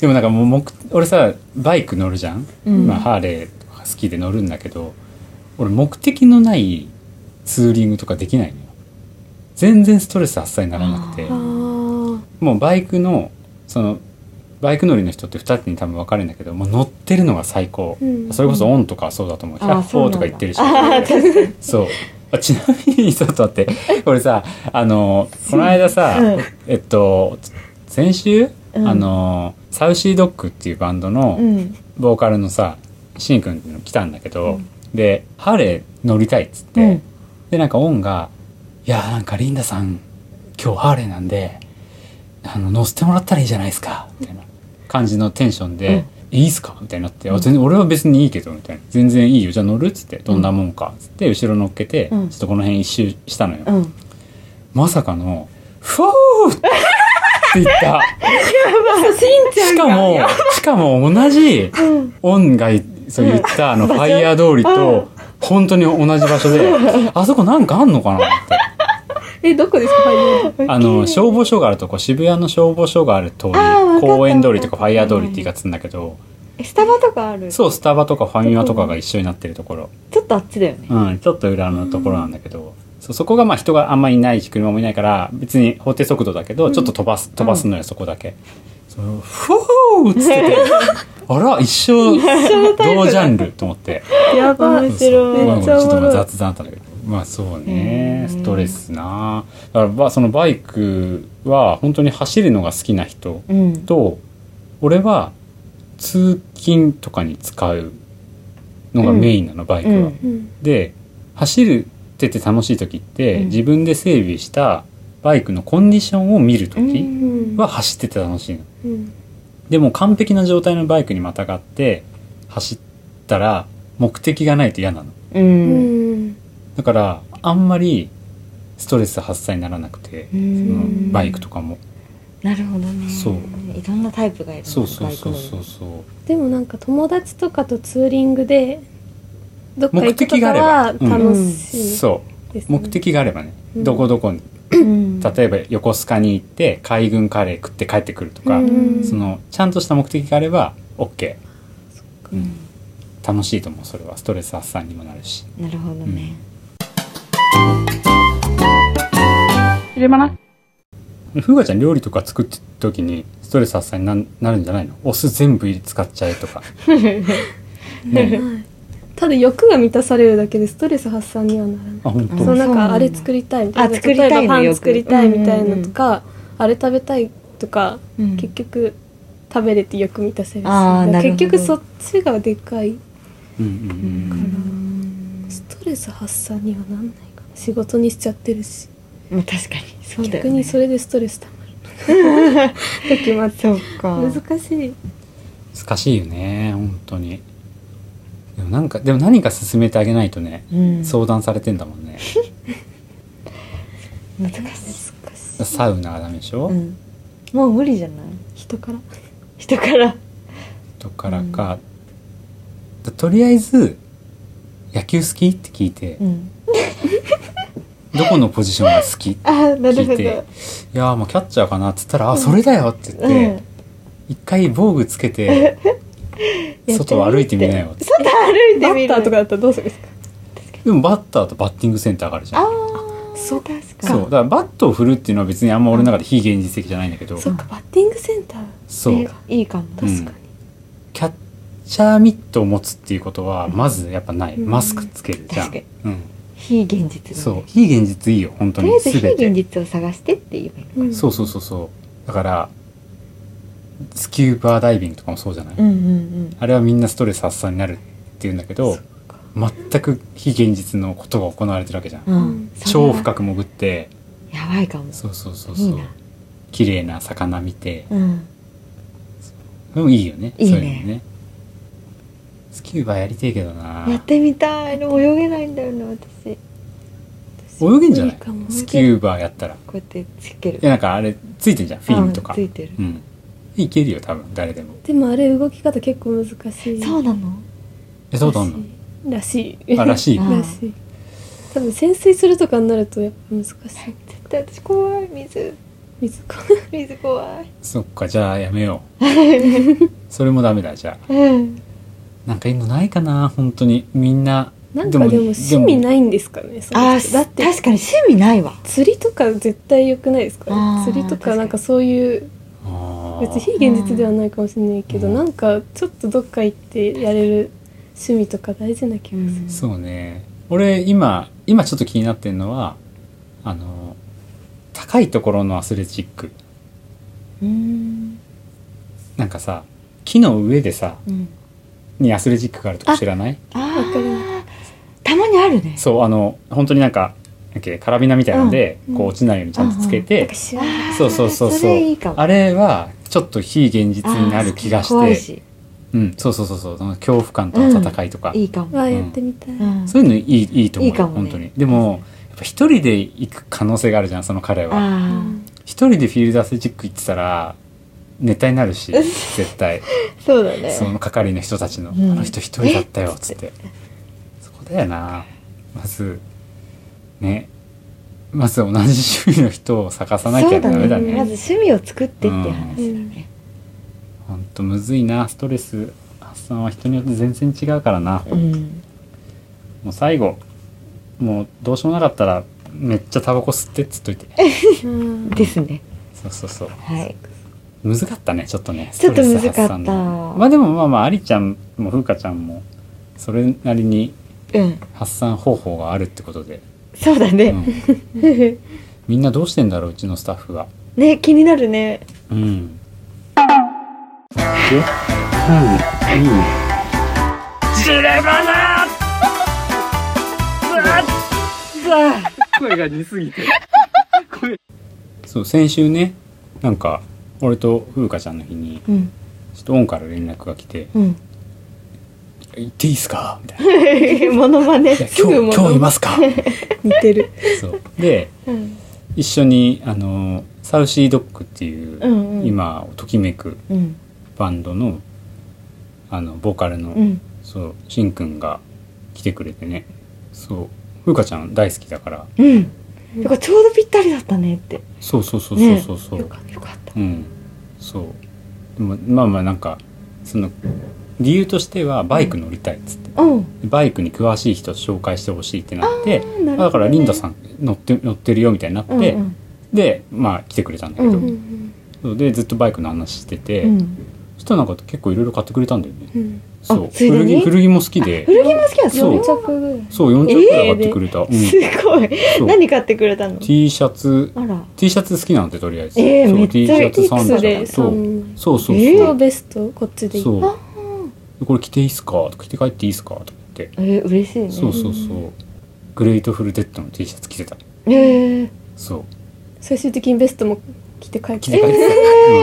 [SPEAKER 1] でもなんかもう目俺さバイク乗るじゃん、
[SPEAKER 2] うん
[SPEAKER 1] まあ、ハーレーとか好きで乗るんだけど俺目的のないツーリングとかできないのよ全然ストレス発散にならなくて
[SPEAKER 2] あ
[SPEAKER 3] あー
[SPEAKER 1] もうバイクのそのバイク乗りの人って2つに多分分かれるんだけどもう乗ってるのが最高、
[SPEAKER 3] うん
[SPEAKER 1] それこそオンとかはそうだと思う「
[SPEAKER 2] あー
[SPEAKER 1] 百
[SPEAKER 2] そ
[SPEAKER 1] 歩」
[SPEAKER 2] うなんだ
[SPEAKER 1] とか言ってるし
[SPEAKER 2] あー確かに
[SPEAKER 1] そうあちなみにちょっと待って俺さあのこの間さ、
[SPEAKER 2] うん
[SPEAKER 1] えっと先週、
[SPEAKER 2] うん
[SPEAKER 1] あのサウシードッグっていうバンドの
[SPEAKER 2] うん
[SPEAKER 1] ボーカルのさ、シンくんっていうの来たんだけど、
[SPEAKER 2] うん
[SPEAKER 1] でハーレー乗りたいっつって、
[SPEAKER 2] うん
[SPEAKER 1] でなんかオンが「いやーなんかリンダさん今日ハーレーなんであの乗せてもらったらいいじゃないですか」みたいな感じのテンションで「いいっすか?」みたいになって、あ全然「俺は別にいいけど」みたいな「全然いいよじゃあ乗る?」っつって「どんなもんか」っつって後ろ乗っけて、
[SPEAKER 2] うん
[SPEAKER 1] ちょっとこの辺一周したのよ。
[SPEAKER 2] うん
[SPEAKER 1] まさかの「ふおー!」って言
[SPEAKER 2] [LAUGHS]
[SPEAKER 1] った。
[SPEAKER 3] しんちゃん
[SPEAKER 1] しかも、しかも同じ、オンがいそう言ったあの、ファイヤー通りと、本当に同じ場所
[SPEAKER 2] [LAUGHS]
[SPEAKER 1] で、あそこなんかあんのかなって。
[SPEAKER 3] えどこですか俳優
[SPEAKER 1] あの、消防署があるとこ、渋谷の消防署がある通り
[SPEAKER 2] あーわかっ、た
[SPEAKER 1] 公園通りとかファイヤー通りって言い方するんだけど、
[SPEAKER 2] えスタバとかある
[SPEAKER 1] そう、スタバとかファミマとかが一緒になってるところ。
[SPEAKER 2] ちょっとあっちだよね
[SPEAKER 1] うん、ちょっと裏のところなんだけど、そうそこがまあ人があんまりいないし、車もいないから、別に法定速度だけど、ちょっと飛ばす、飛ばすのよ、そこだけ。そのふおーっつってて、あら、一緒、同ジャンルと思って。
[SPEAKER 3] やば
[SPEAKER 2] 面
[SPEAKER 3] い
[SPEAKER 2] 白い
[SPEAKER 1] そうそう
[SPEAKER 3] めっちゃ
[SPEAKER 1] まあちょ
[SPEAKER 3] おもろい
[SPEAKER 1] っとまあ雑談だったんだけど。まあそうね、
[SPEAKER 2] うん
[SPEAKER 1] ストレスなだからまあそのバイクは本当に走るのが好きな人
[SPEAKER 2] うん
[SPEAKER 1] と、俺は通勤とかに使うのがメインなの、バイクは。
[SPEAKER 2] うん
[SPEAKER 3] うん
[SPEAKER 1] で走るってて楽しい時って、
[SPEAKER 2] うん
[SPEAKER 1] 自分で整備したバイクのコンディションを見る
[SPEAKER 2] う
[SPEAKER 1] 時
[SPEAKER 3] うん
[SPEAKER 1] は走ってて楽しいの、
[SPEAKER 3] うん
[SPEAKER 1] でも完璧な状態のバイクにまたがって走ったら目的がないと嫌なの
[SPEAKER 2] う
[SPEAKER 3] うんん
[SPEAKER 1] だからあんまりストレス発散にならなくて、
[SPEAKER 2] う
[SPEAKER 1] その
[SPEAKER 2] ん
[SPEAKER 1] バイクとかも
[SPEAKER 2] なるほどね
[SPEAKER 1] そう
[SPEAKER 2] いろんなタイプがいるの
[SPEAKER 1] そうそうそう
[SPEAKER 2] バイク
[SPEAKER 1] そ
[SPEAKER 2] 乗
[SPEAKER 1] う
[SPEAKER 2] り
[SPEAKER 1] そう
[SPEAKER 3] でもなんか友達とかとツーリングでどっか行くと
[SPEAKER 1] 目的があ
[SPEAKER 3] か
[SPEAKER 1] れ
[SPEAKER 3] は
[SPEAKER 1] ばうん
[SPEAKER 3] 楽しいです、ね
[SPEAKER 1] そう目的があればね、
[SPEAKER 3] うん
[SPEAKER 1] どこどこに
[SPEAKER 2] うん
[SPEAKER 1] 例えば横須賀に行って海軍カレー食って帰ってくるとか、
[SPEAKER 3] うん
[SPEAKER 1] そ
[SPEAKER 3] [LAUGHS]
[SPEAKER 1] のちゃんとした目的があれば OK
[SPEAKER 2] うん
[SPEAKER 1] 楽しいと思うそれはストレス発散にもなるし
[SPEAKER 2] なるほどね、
[SPEAKER 1] ふうがちゃん料理とか作ってる時にストレス発散になんなるんじゃないのお酢全部入れ使っちゃえ
[SPEAKER 2] [LAUGHS]
[SPEAKER 1] とかね
[SPEAKER 3] はいただ欲が満たされるだけでストレス発散にはならない
[SPEAKER 1] あ本
[SPEAKER 2] あ
[SPEAKER 1] 当
[SPEAKER 3] そうなん
[SPEAKER 2] そうなん
[SPEAKER 3] か
[SPEAKER 2] だ
[SPEAKER 3] あれ作りたいみたいな
[SPEAKER 2] あ作りたいの
[SPEAKER 3] 例えばパ
[SPEAKER 2] よ
[SPEAKER 3] ン
[SPEAKER 2] く
[SPEAKER 3] 作りたいみたいなとか、あれ食べたいとか、
[SPEAKER 2] うん
[SPEAKER 3] 結局食べれて欲満たせるし
[SPEAKER 2] あーなるほど
[SPEAKER 3] 結局そっちがでかい
[SPEAKER 1] うんうんうんうん
[SPEAKER 3] ストレス発散にはなんないかな仕事にしちゃってるし、
[SPEAKER 2] まあ確かにそうだよ、ね、
[SPEAKER 3] 逆にそれでストレスたまる時もあって
[SPEAKER 2] そうか
[SPEAKER 3] 難しい
[SPEAKER 1] 難しいよね本当にでもなんかでも何か進めてあげないとね、
[SPEAKER 2] うん
[SPEAKER 1] 相談されてんだもんね
[SPEAKER 2] 難しい、
[SPEAKER 3] 難しい
[SPEAKER 1] サウナがダメでしょ、
[SPEAKER 2] うん、もう無理じゃない
[SPEAKER 3] 人から
[SPEAKER 2] 人から
[SPEAKER 1] とからか、だとりあえず「野球好き?」って聞いて、
[SPEAKER 2] うん
[SPEAKER 1] どこのポジションが好き?」って
[SPEAKER 2] あーなる
[SPEAKER 1] 聞
[SPEAKER 2] ほ
[SPEAKER 1] いて
[SPEAKER 2] ど
[SPEAKER 1] 「いやーもうキャッチャーかな」っつったら「あそれだよ」って言っ
[SPEAKER 2] う
[SPEAKER 1] て
[SPEAKER 2] ん
[SPEAKER 1] 一回防具つけ
[SPEAKER 2] [LAUGHS]
[SPEAKER 1] て外を歩いてみなよって
[SPEAKER 2] 外歩いて
[SPEAKER 3] バ
[SPEAKER 2] み
[SPEAKER 3] ッ
[SPEAKER 2] る
[SPEAKER 3] ターとかだったらどうするんですか
[SPEAKER 1] でもバッターとバッティングセンターがあるじゃ
[SPEAKER 2] あ
[SPEAKER 1] ん
[SPEAKER 2] あ
[SPEAKER 3] そう
[SPEAKER 2] 確か
[SPEAKER 1] そうだからバットを振るっていうのは別にあんま俺の中で非現実的じゃないんだけど
[SPEAKER 3] そっかバッティングセンター
[SPEAKER 1] そう
[SPEAKER 2] ねいいかも、
[SPEAKER 1] うん
[SPEAKER 3] 確か
[SPEAKER 1] キャッチャーミットを持つっていうことはまずやっぱない、
[SPEAKER 3] うん
[SPEAKER 1] マスクつけるじゃん、
[SPEAKER 2] 確かに
[SPEAKER 1] うん、
[SPEAKER 2] 非現実だね
[SPEAKER 1] そう非現実いいよ本当
[SPEAKER 2] とりあ
[SPEAKER 1] に
[SPEAKER 2] えず非
[SPEAKER 1] 全て
[SPEAKER 2] 現実を探してって言えばいい
[SPEAKER 3] に、ん
[SPEAKER 1] そうそうそうそうだからスキューバーダイビングとかもそうじゃない、
[SPEAKER 2] うんうん
[SPEAKER 1] あれはみんなストレス発散になるっていうんだけど
[SPEAKER 3] そっか
[SPEAKER 1] 全く非現実のことが行われてるわけじゃん、
[SPEAKER 2] うん
[SPEAKER 3] う
[SPEAKER 2] うんん
[SPEAKER 1] 超深く潜って
[SPEAKER 2] やばいかも
[SPEAKER 1] そうそうそうそう
[SPEAKER 2] いいな
[SPEAKER 1] 綺麗な魚見て
[SPEAKER 2] うん
[SPEAKER 1] でもいいよね
[SPEAKER 2] いいね
[SPEAKER 1] そういうのねスキューバーやりてえけどな
[SPEAKER 2] やってみたいの泳げないんだよな私
[SPEAKER 1] 泳げんじゃない
[SPEAKER 3] いいかも
[SPEAKER 1] スキューバーやったら
[SPEAKER 2] こうやってつける
[SPEAKER 1] いやなんかあれついてんじゃんフィンと
[SPEAKER 2] あ
[SPEAKER 1] か
[SPEAKER 2] ついてる
[SPEAKER 1] うんいけるよ多分誰でも
[SPEAKER 3] でもあれ動き方結構難しい
[SPEAKER 2] そうなの
[SPEAKER 1] えそうだんの
[SPEAKER 3] らしい
[SPEAKER 1] あらしい
[SPEAKER 2] あ
[SPEAKER 3] [LAUGHS] らしい多分潜水するとかになるとやっぱ難しい
[SPEAKER 2] 絶対私怖い水
[SPEAKER 3] 水か
[SPEAKER 2] 水怖い
[SPEAKER 1] そっかじゃあやめよ
[SPEAKER 2] [LAUGHS]
[SPEAKER 1] うそれもダメだじゃあ
[SPEAKER 2] うん
[SPEAKER 1] なんかいいのないかな本当にみんな
[SPEAKER 3] なんかでも趣味ないんですかねそ
[SPEAKER 2] あ
[SPEAKER 3] の
[SPEAKER 2] あ
[SPEAKER 3] 人だって
[SPEAKER 2] 確かに趣味ないわ
[SPEAKER 3] 釣りとか絶対良くないですか
[SPEAKER 2] あー
[SPEAKER 3] 釣りと
[SPEAKER 2] 確か
[SPEAKER 3] か
[SPEAKER 2] に
[SPEAKER 3] なんかそういう
[SPEAKER 1] あ
[SPEAKER 3] 別
[SPEAKER 1] ー
[SPEAKER 3] に非現実ではないかもしれないけど、
[SPEAKER 1] うん
[SPEAKER 3] なんかちょっとどっか行ってやれる趣味とか大事な気がする、
[SPEAKER 1] そうね俺今今ちょっと気になってるのはあの高いところのアスレチック
[SPEAKER 2] うん
[SPEAKER 1] なんかさ木の上でさ
[SPEAKER 2] うん
[SPEAKER 1] にアスレチックがあるとこ知らない
[SPEAKER 2] あ
[SPEAKER 3] わかる
[SPEAKER 2] あたまにあるね
[SPEAKER 1] そうあの本当になんかなんだっけカラビナみたいなので、
[SPEAKER 3] うん
[SPEAKER 1] こう落ちないようにちゃんとつけて、
[SPEAKER 3] なんかしわ
[SPEAKER 2] あー
[SPEAKER 1] そうそうそうそう
[SPEAKER 2] それいいかも
[SPEAKER 1] あれはちょっと非現実になる気が
[SPEAKER 2] あー怖い
[SPEAKER 1] して
[SPEAKER 2] し
[SPEAKER 1] うん、そうそうそうそうその恐怖感との戦いとか、
[SPEAKER 2] いいかも
[SPEAKER 3] はやってみたい、
[SPEAKER 2] うん
[SPEAKER 1] そういうのいいいいと思う
[SPEAKER 2] いいかもね
[SPEAKER 1] 本当にでもやっぱ一人で行く可能性があるじゃんその彼は
[SPEAKER 3] う
[SPEAKER 2] あ
[SPEAKER 3] ん
[SPEAKER 1] 一人でフィールドアスレチック行ってたらネタになるし絶
[SPEAKER 2] [LAUGHS]
[SPEAKER 1] 対
[SPEAKER 2] あそうだね
[SPEAKER 1] その係の人たちの「
[SPEAKER 2] うん
[SPEAKER 1] あの人一人だったよ」っつってそこだよなまずねまず同じ趣味の人を探さなきゃダメだ
[SPEAKER 2] そうま
[SPEAKER 1] ね
[SPEAKER 2] ず趣味を作ってっていう話だね
[SPEAKER 1] ほんとむずいなストレス発散は人によって全然違うからな
[SPEAKER 2] うん
[SPEAKER 1] もう最後もうどうしようもなかったらめっちゃタバコ吸ってっつっといて
[SPEAKER 3] うん
[SPEAKER 2] ですね
[SPEAKER 1] そうそうそう
[SPEAKER 2] はい
[SPEAKER 1] 難かったねちょっとね
[SPEAKER 2] ちょっと
[SPEAKER 1] ストレス発散の
[SPEAKER 2] 難かった
[SPEAKER 1] まあでもまあまあありちゃんもふうかちゃんもそれなりに
[SPEAKER 2] うん
[SPEAKER 1] 発散方法があるってことで、
[SPEAKER 2] そうだ
[SPEAKER 1] う
[SPEAKER 2] ね
[SPEAKER 1] ん、
[SPEAKER 2] [LAUGHS]
[SPEAKER 1] みんなどうしてんだろううちのスタッフは
[SPEAKER 2] ね気になるね
[SPEAKER 1] うん
[SPEAKER 4] 声が似すぎて
[SPEAKER 1] そう先週ねなんか俺とふうかちゃんの日に
[SPEAKER 2] うん
[SPEAKER 1] ちょっとオンから連絡が来て
[SPEAKER 2] うん
[SPEAKER 1] 行っていいですかみたいな
[SPEAKER 2] [LAUGHS] モノマネ
[SPEAKER 1] いや
[SPEAKER 2] す
[SPEAKER 1] 今
[SPEAKER 2] ぐ
[SPEAKER 1] 日
[SPEAKER 2] モ
[SPEAKER 1] 今
[SPEAKER 2] ノ
[SPEAKER 1] 日い
[SPEAKER 2] マ
[SPEAKER 1] ます
[SPEAKER 2] [LAUGHS]
[SPEAKER 1] か
[SPEAKER 3] 似てる
[SPEAKER 1] そうで
[SPEAKER 2] うん
[SPEAKER 1] 一緒にあのサウシードッグっていう、
[SPEAKER 2] うんうん
[SPEAKER 1] 今をときめく
[SPEAKER 2] うん
[SPEAKER 1] バンドのあのボーカルの、
[SPEAKER 2] うん
[SPEAKER 1] そうしんくんが来てくれてねそう風花ちゃん大好きだから
[SPEAKER 2] うんだからちょうどぴったりだったねって
[SPEAKER 1] そうそうそうそう
[SPEAKER 2] ね
[SPEAKER 1] そうそう、
[SPEAKER 2] よかったよかった
[SPEAKER 1] うんそうでもまあまあなんかその理由としてはバイク乗りたいっつって、
[SPEAKER 2] うん
[SPEAKER 1] バイクに詳しい人紹介してほしいってなって
[SPEAKER 2] あーなるほどね
[SPEAKER 1] だからリンダさん乗って乗ってるよみたいになって、
[SPEAKER 2] うんうん
[SPEAKER 1] でまあ来てくれたんだけど、
[SPEAKER 2] う
[SPEAKER 3] うんん
[SPEAKER 1] そうでずっとバイクの話してて、
[SPEAKER 2] うん
[SPEAKER 1] そしたらなんか結構いろいろ買ってくれたんだよね
[SPEAKER 3] うん
[SPEAKER 1] そう
[SPEAKER 2] ついで
[SPEAKER 1] 古
[SPEAKER 2] に
[SPEAKER 1] 着古着も好きで
[SPEAKER 2] 古着も好きなんですよ
[SPEAKER 1] そう
[SPEAKER 2] 四着ぐらい
[SPEAKER 1] そう4着くらい買ってくれた、うん
[SPEAKER 2] すごい
[SPEAKER 1] そう
[SPEAKER 2] 何買ってくれたの
[SPEAKER 1] T シャツ
[SPEAKER 2] あら
[SPEAKER 1] T シャツ好きなんでとりあえず、
[SPEAKER 2] えー
[SPEAKER 1] そう
[SPEAKER 2] めっちゃ
[SPEAKER 1] T シャツ三
[SPEAKER 3] それ
[SPEAKER 1] 着と
[SPEAKER 3] 3
[SPEAKER 1] そうそうそう、
[SPEAKER 2] え
[SPEAKER 3] のベストこっちでいい
[SPEAKER 1] そ
[SPEAKER 2] あ
[SPEAKER 1] うこれ着ていいっすかとか着て帰っていいっすかとか言って、
[SPEAKER 2] えー嬉しいね
[SPEAKER 1] そうそうそうグレートフルデッドの T シャツ着てた
[SPEAKER 2] えー
[SPEAKER 1] そう
[SPEAKER 3] 最終的にベストも着て帰っ
[SPEAKER 1] 着て
[SPEAKER 3] て
[SPEAKER 1] 帰って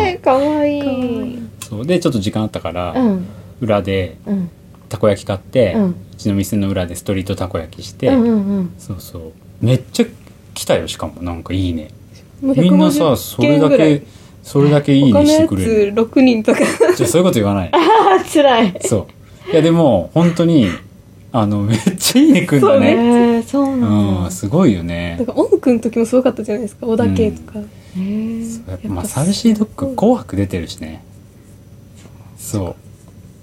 [SPEAKER 2] えーかわい
[SPEAKER 3] かわい
[SPEAKER 2] い
[SPEAKER 3] い
[SPEAKER 1] た、うんそうでちょっと時間あったから、
[SPEAKER 2] うん
[SPEAKER 1] 裏で
[SPEAKER 2] うん
[SPEAKER 1] たこ焼き買って、
[SPEAKER 2] う
[SPEAKER 1] うんちの店の裏でストリートたこ焼きして、
[SPEAKER 2] うんうんうん
[SPEAKER 1] そうそうめっちゃ来たよしかもなんかいいね
[SPEAKER 3] もう
[SPEAKER 1] みんなさ
[SPEAKER 3] 150
[SPEAKER 1] それ
[SPEAKER 3] 件
[SPEAKER 1] だ
[SPEAKER 3] ぐらい
[SPEAKER 1] けそれだけいいね
[SPEAKER 3] 他の
[SPEAKER 1] して
[SPEAKER 3] やつ
[SPEAKER 1] くれる
[SPEAKER 3] 6人とか [LAUGHS]
[SPEAKER 1] じゃあそういうこと言わない
[SPEAKER 2] あー辛い
[SPEAKER 1] そう。いや、でも、本当に、あの、めっちゃいいねくんだ
[SPEAKER 2] え
[SPEAKER 1] ね。
[SPEAKER 2] ーそう
[SPEAKER 1] うん、
[SPEAKER 2] なんだ
[SPEAKER 1] すごいよね
[SPEAKER 3] だ。からオン君の時もすごかったじゃないですか小田家とか、
[SPEAKER 2] えー
[SPEAKER 1] やっぱ、まあ、サルシードッグ、紅白出てるしね。そ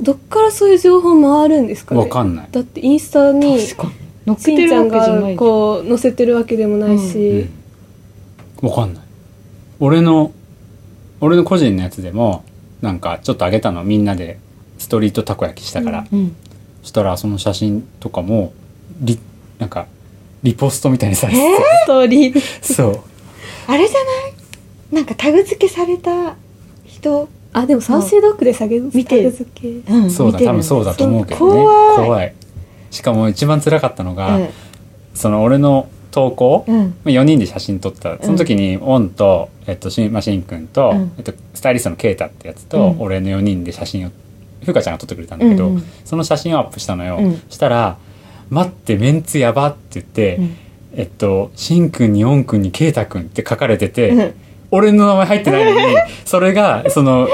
[SPEAKER 3] どっからそういう情報回るんですか
[SPEAKER 1] う。
[SPEAKER 3] ね
[SPEAKER 1] わかんない。
[SPEAKER 3] だってインスタに
[SPEAKER 2] 確かに乗っけ
[SPEAKER 3] し
[SPEAKER 2] て
[SPEAKER 3] んち
[SPEAKER 2] る
[SPEAKER 3] ゃ
[SPEAKER 2] わけ
[SPEAKER 3] ん
[SPEAKER 2] じゃない
[SPEAKER 3] が
[SPEAKER 2] じゃん
[SPEAKER 3] こう載せてるわけでもないし、
[SPEAKER 1] うんわかんない。俺の、俺の個人のやつでも、なんか、ちょっとあげたの、みんなで、ストリートたこ焼きしたから。
[SPEAKER 2] うん
[SPEAKER 1] そしたら、その写真とかも、リ、なんか、リポストみたいにされて
[SPEAKER 3] ストーリー
[SPEAKER 1] た [LAUGHS] そう。
[SPEAKER 2] あれじゃないなんかタグ付けされた人、
[SPEAKER 3] あでもサウシードッグで下げ
[SPEAKER 2] 見てる
[SPEAKER 3] 下げ付け
[SPEAKER 2] うん
[SPEAKER 1] そうだ、
[SPEAKER 2] 見てる
[SPEAKER 1] 多分そうだと思うけどね。
[SPEAKER 2] 怖い
[SPEAKER 1] しかも一番辛かったのが、
[SPEAKER 2] うん
[SPEAKER 1] その俺の投稿、
[SPEAKER 2] う
[SPEAKER 1] まあ
[SPEAKER 2] ん
[SPEAKER 1] 4人で写真撮った。その時に、オンと、えっと、しん、まあ、しんくんと、
[SPEAKER 2] うん
[SPEAKER 1] えっと、スタイリストのケイタってやつと、
[SPEAKER 2] うん
[SPEAKER 1] 俺の4人で写真を、ふうかちゃんが撮ってくれたんだけど、
[SPEAKER 2] うんうん
[SPEAKER 1] その写真をアップしたのよ。
[SPEAKER 2] うん
[SPEAKER 1] したら、待って、メンツやばって言って、
[SPEAKER 2] うん
[SPEAKER 1] えっと、しんくんにオンくんにケイタくんって書かれてて、
[SPEAKER 2] うん
[SPEAKER 1] 俺の名前入ってないのに、それが、その、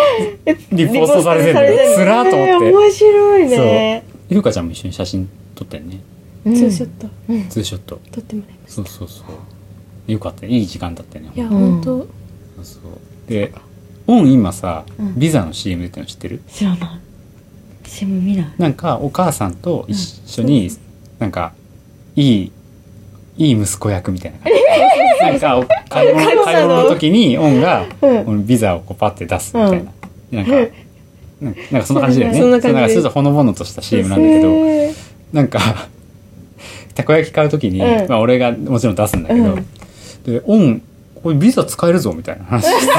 [SPEAKER 1] リポストされてるのよ。つらーと思って。
[SPEAKER 2] えー面白いね
[SPEAKER 1] ゆうかちゃんも一緒に写真撮ったよね
[SPEAKER 2] うん
[SPEAKER 3] ツーショット
[SPEAKER 2] うん
[SPEAKER 1] ツーショット
[SPEAKER 3] 撮ってもらいまし
[SPEAKER 1] そ
[SPEAKER 3] た
[SPEAKER 1] うそうそうよかったいい時間だったよね
[SPEAKER 3] いや、
[SPEAKER 1] ほ
[SPEAKER 2] うん
[SPEAKER 3] 本当
[SPEAKER 1] んとそうでオン今さ
[SPEAKER 2] うん
[SPEAKER 1] ビザの CM 出てるの知ってる、
[SPEAKER 2] 知らない私も見ない
[SPEAKER 1] なんかお母さんと一緒
[SPEAKER 3] うん
[SPEAKER 1] に
[SPEAKER 3] そ
[SPEAKER 1] なんかいいいい息子役みたいな感じなんかお買い
[SPEAKER 2] 買い
[SPEAKER 1] 物
[SPEAKER 2] 物
[SPEAKER 1] 買い物の時にオンが
[SPEAKER 2] うん
[SPEAKER 1] このビザをこうパッて出すみたいな、なんかなんかなんかそんな感じだよね
[SPEAKER 3] そんな感じ
[SPEAKER 1] うなんかちょっとほのぼのとした CM なんだけど、
[SPEAKER 2] えー
[SPEAKER 1] なんかたこ焼き買うときに、
[SPEAKER 2] うん
[SPEAKER 1] まあ、俺がもちろん出すんだけど、
[SPEAKER 2] うん
[SPEAKER 1] で「オンこれビザ使えるぞ」みたいな話して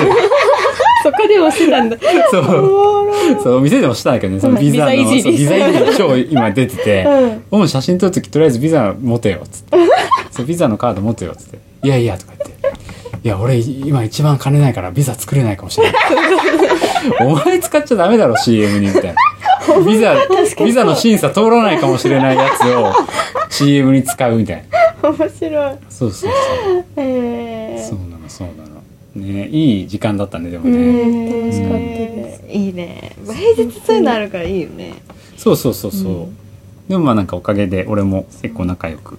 [SPEAKER 3] そこで押してたんだ
[SPEAKER 1] そうそう店でもしたんだけどねそのビザの
[SPEAKER 3] ビザいじり
[SPEAKER 1] そうビザいじり超今出てて
[SPEAKER 2] うん
[SPEAKER 1] 「オン写真撮るときとりあえずビザ持てよ」っつって「そうビザのカード持てよ」っつって「いやいや」とか言って。いや俺今一番金ないからビザ作れないかもしれないお前使っちゃダメだろ CM にみたいなビザビザの審査通らないかもしれないやつを CM に使うみたいな
[SPEAKER 2] 面白い
[SPEAKER 1] そうそうそう。
[SPEAKER 2] えー
[SPEAKER 1] そうなの、そうなの。ね、いい時間だったね、でも
[SPEAKER 2] え
[SPEAKER 1] ね。
[SPEAKER 2] ー
[SPEAKER 3] 楽しかったで
[SPEAKER 2] いいね平日そういうのあるからいいよね
[SPEAKER 1] そうそうそうそう。でも、まあ、なんかおかげで、俺も結構仲良く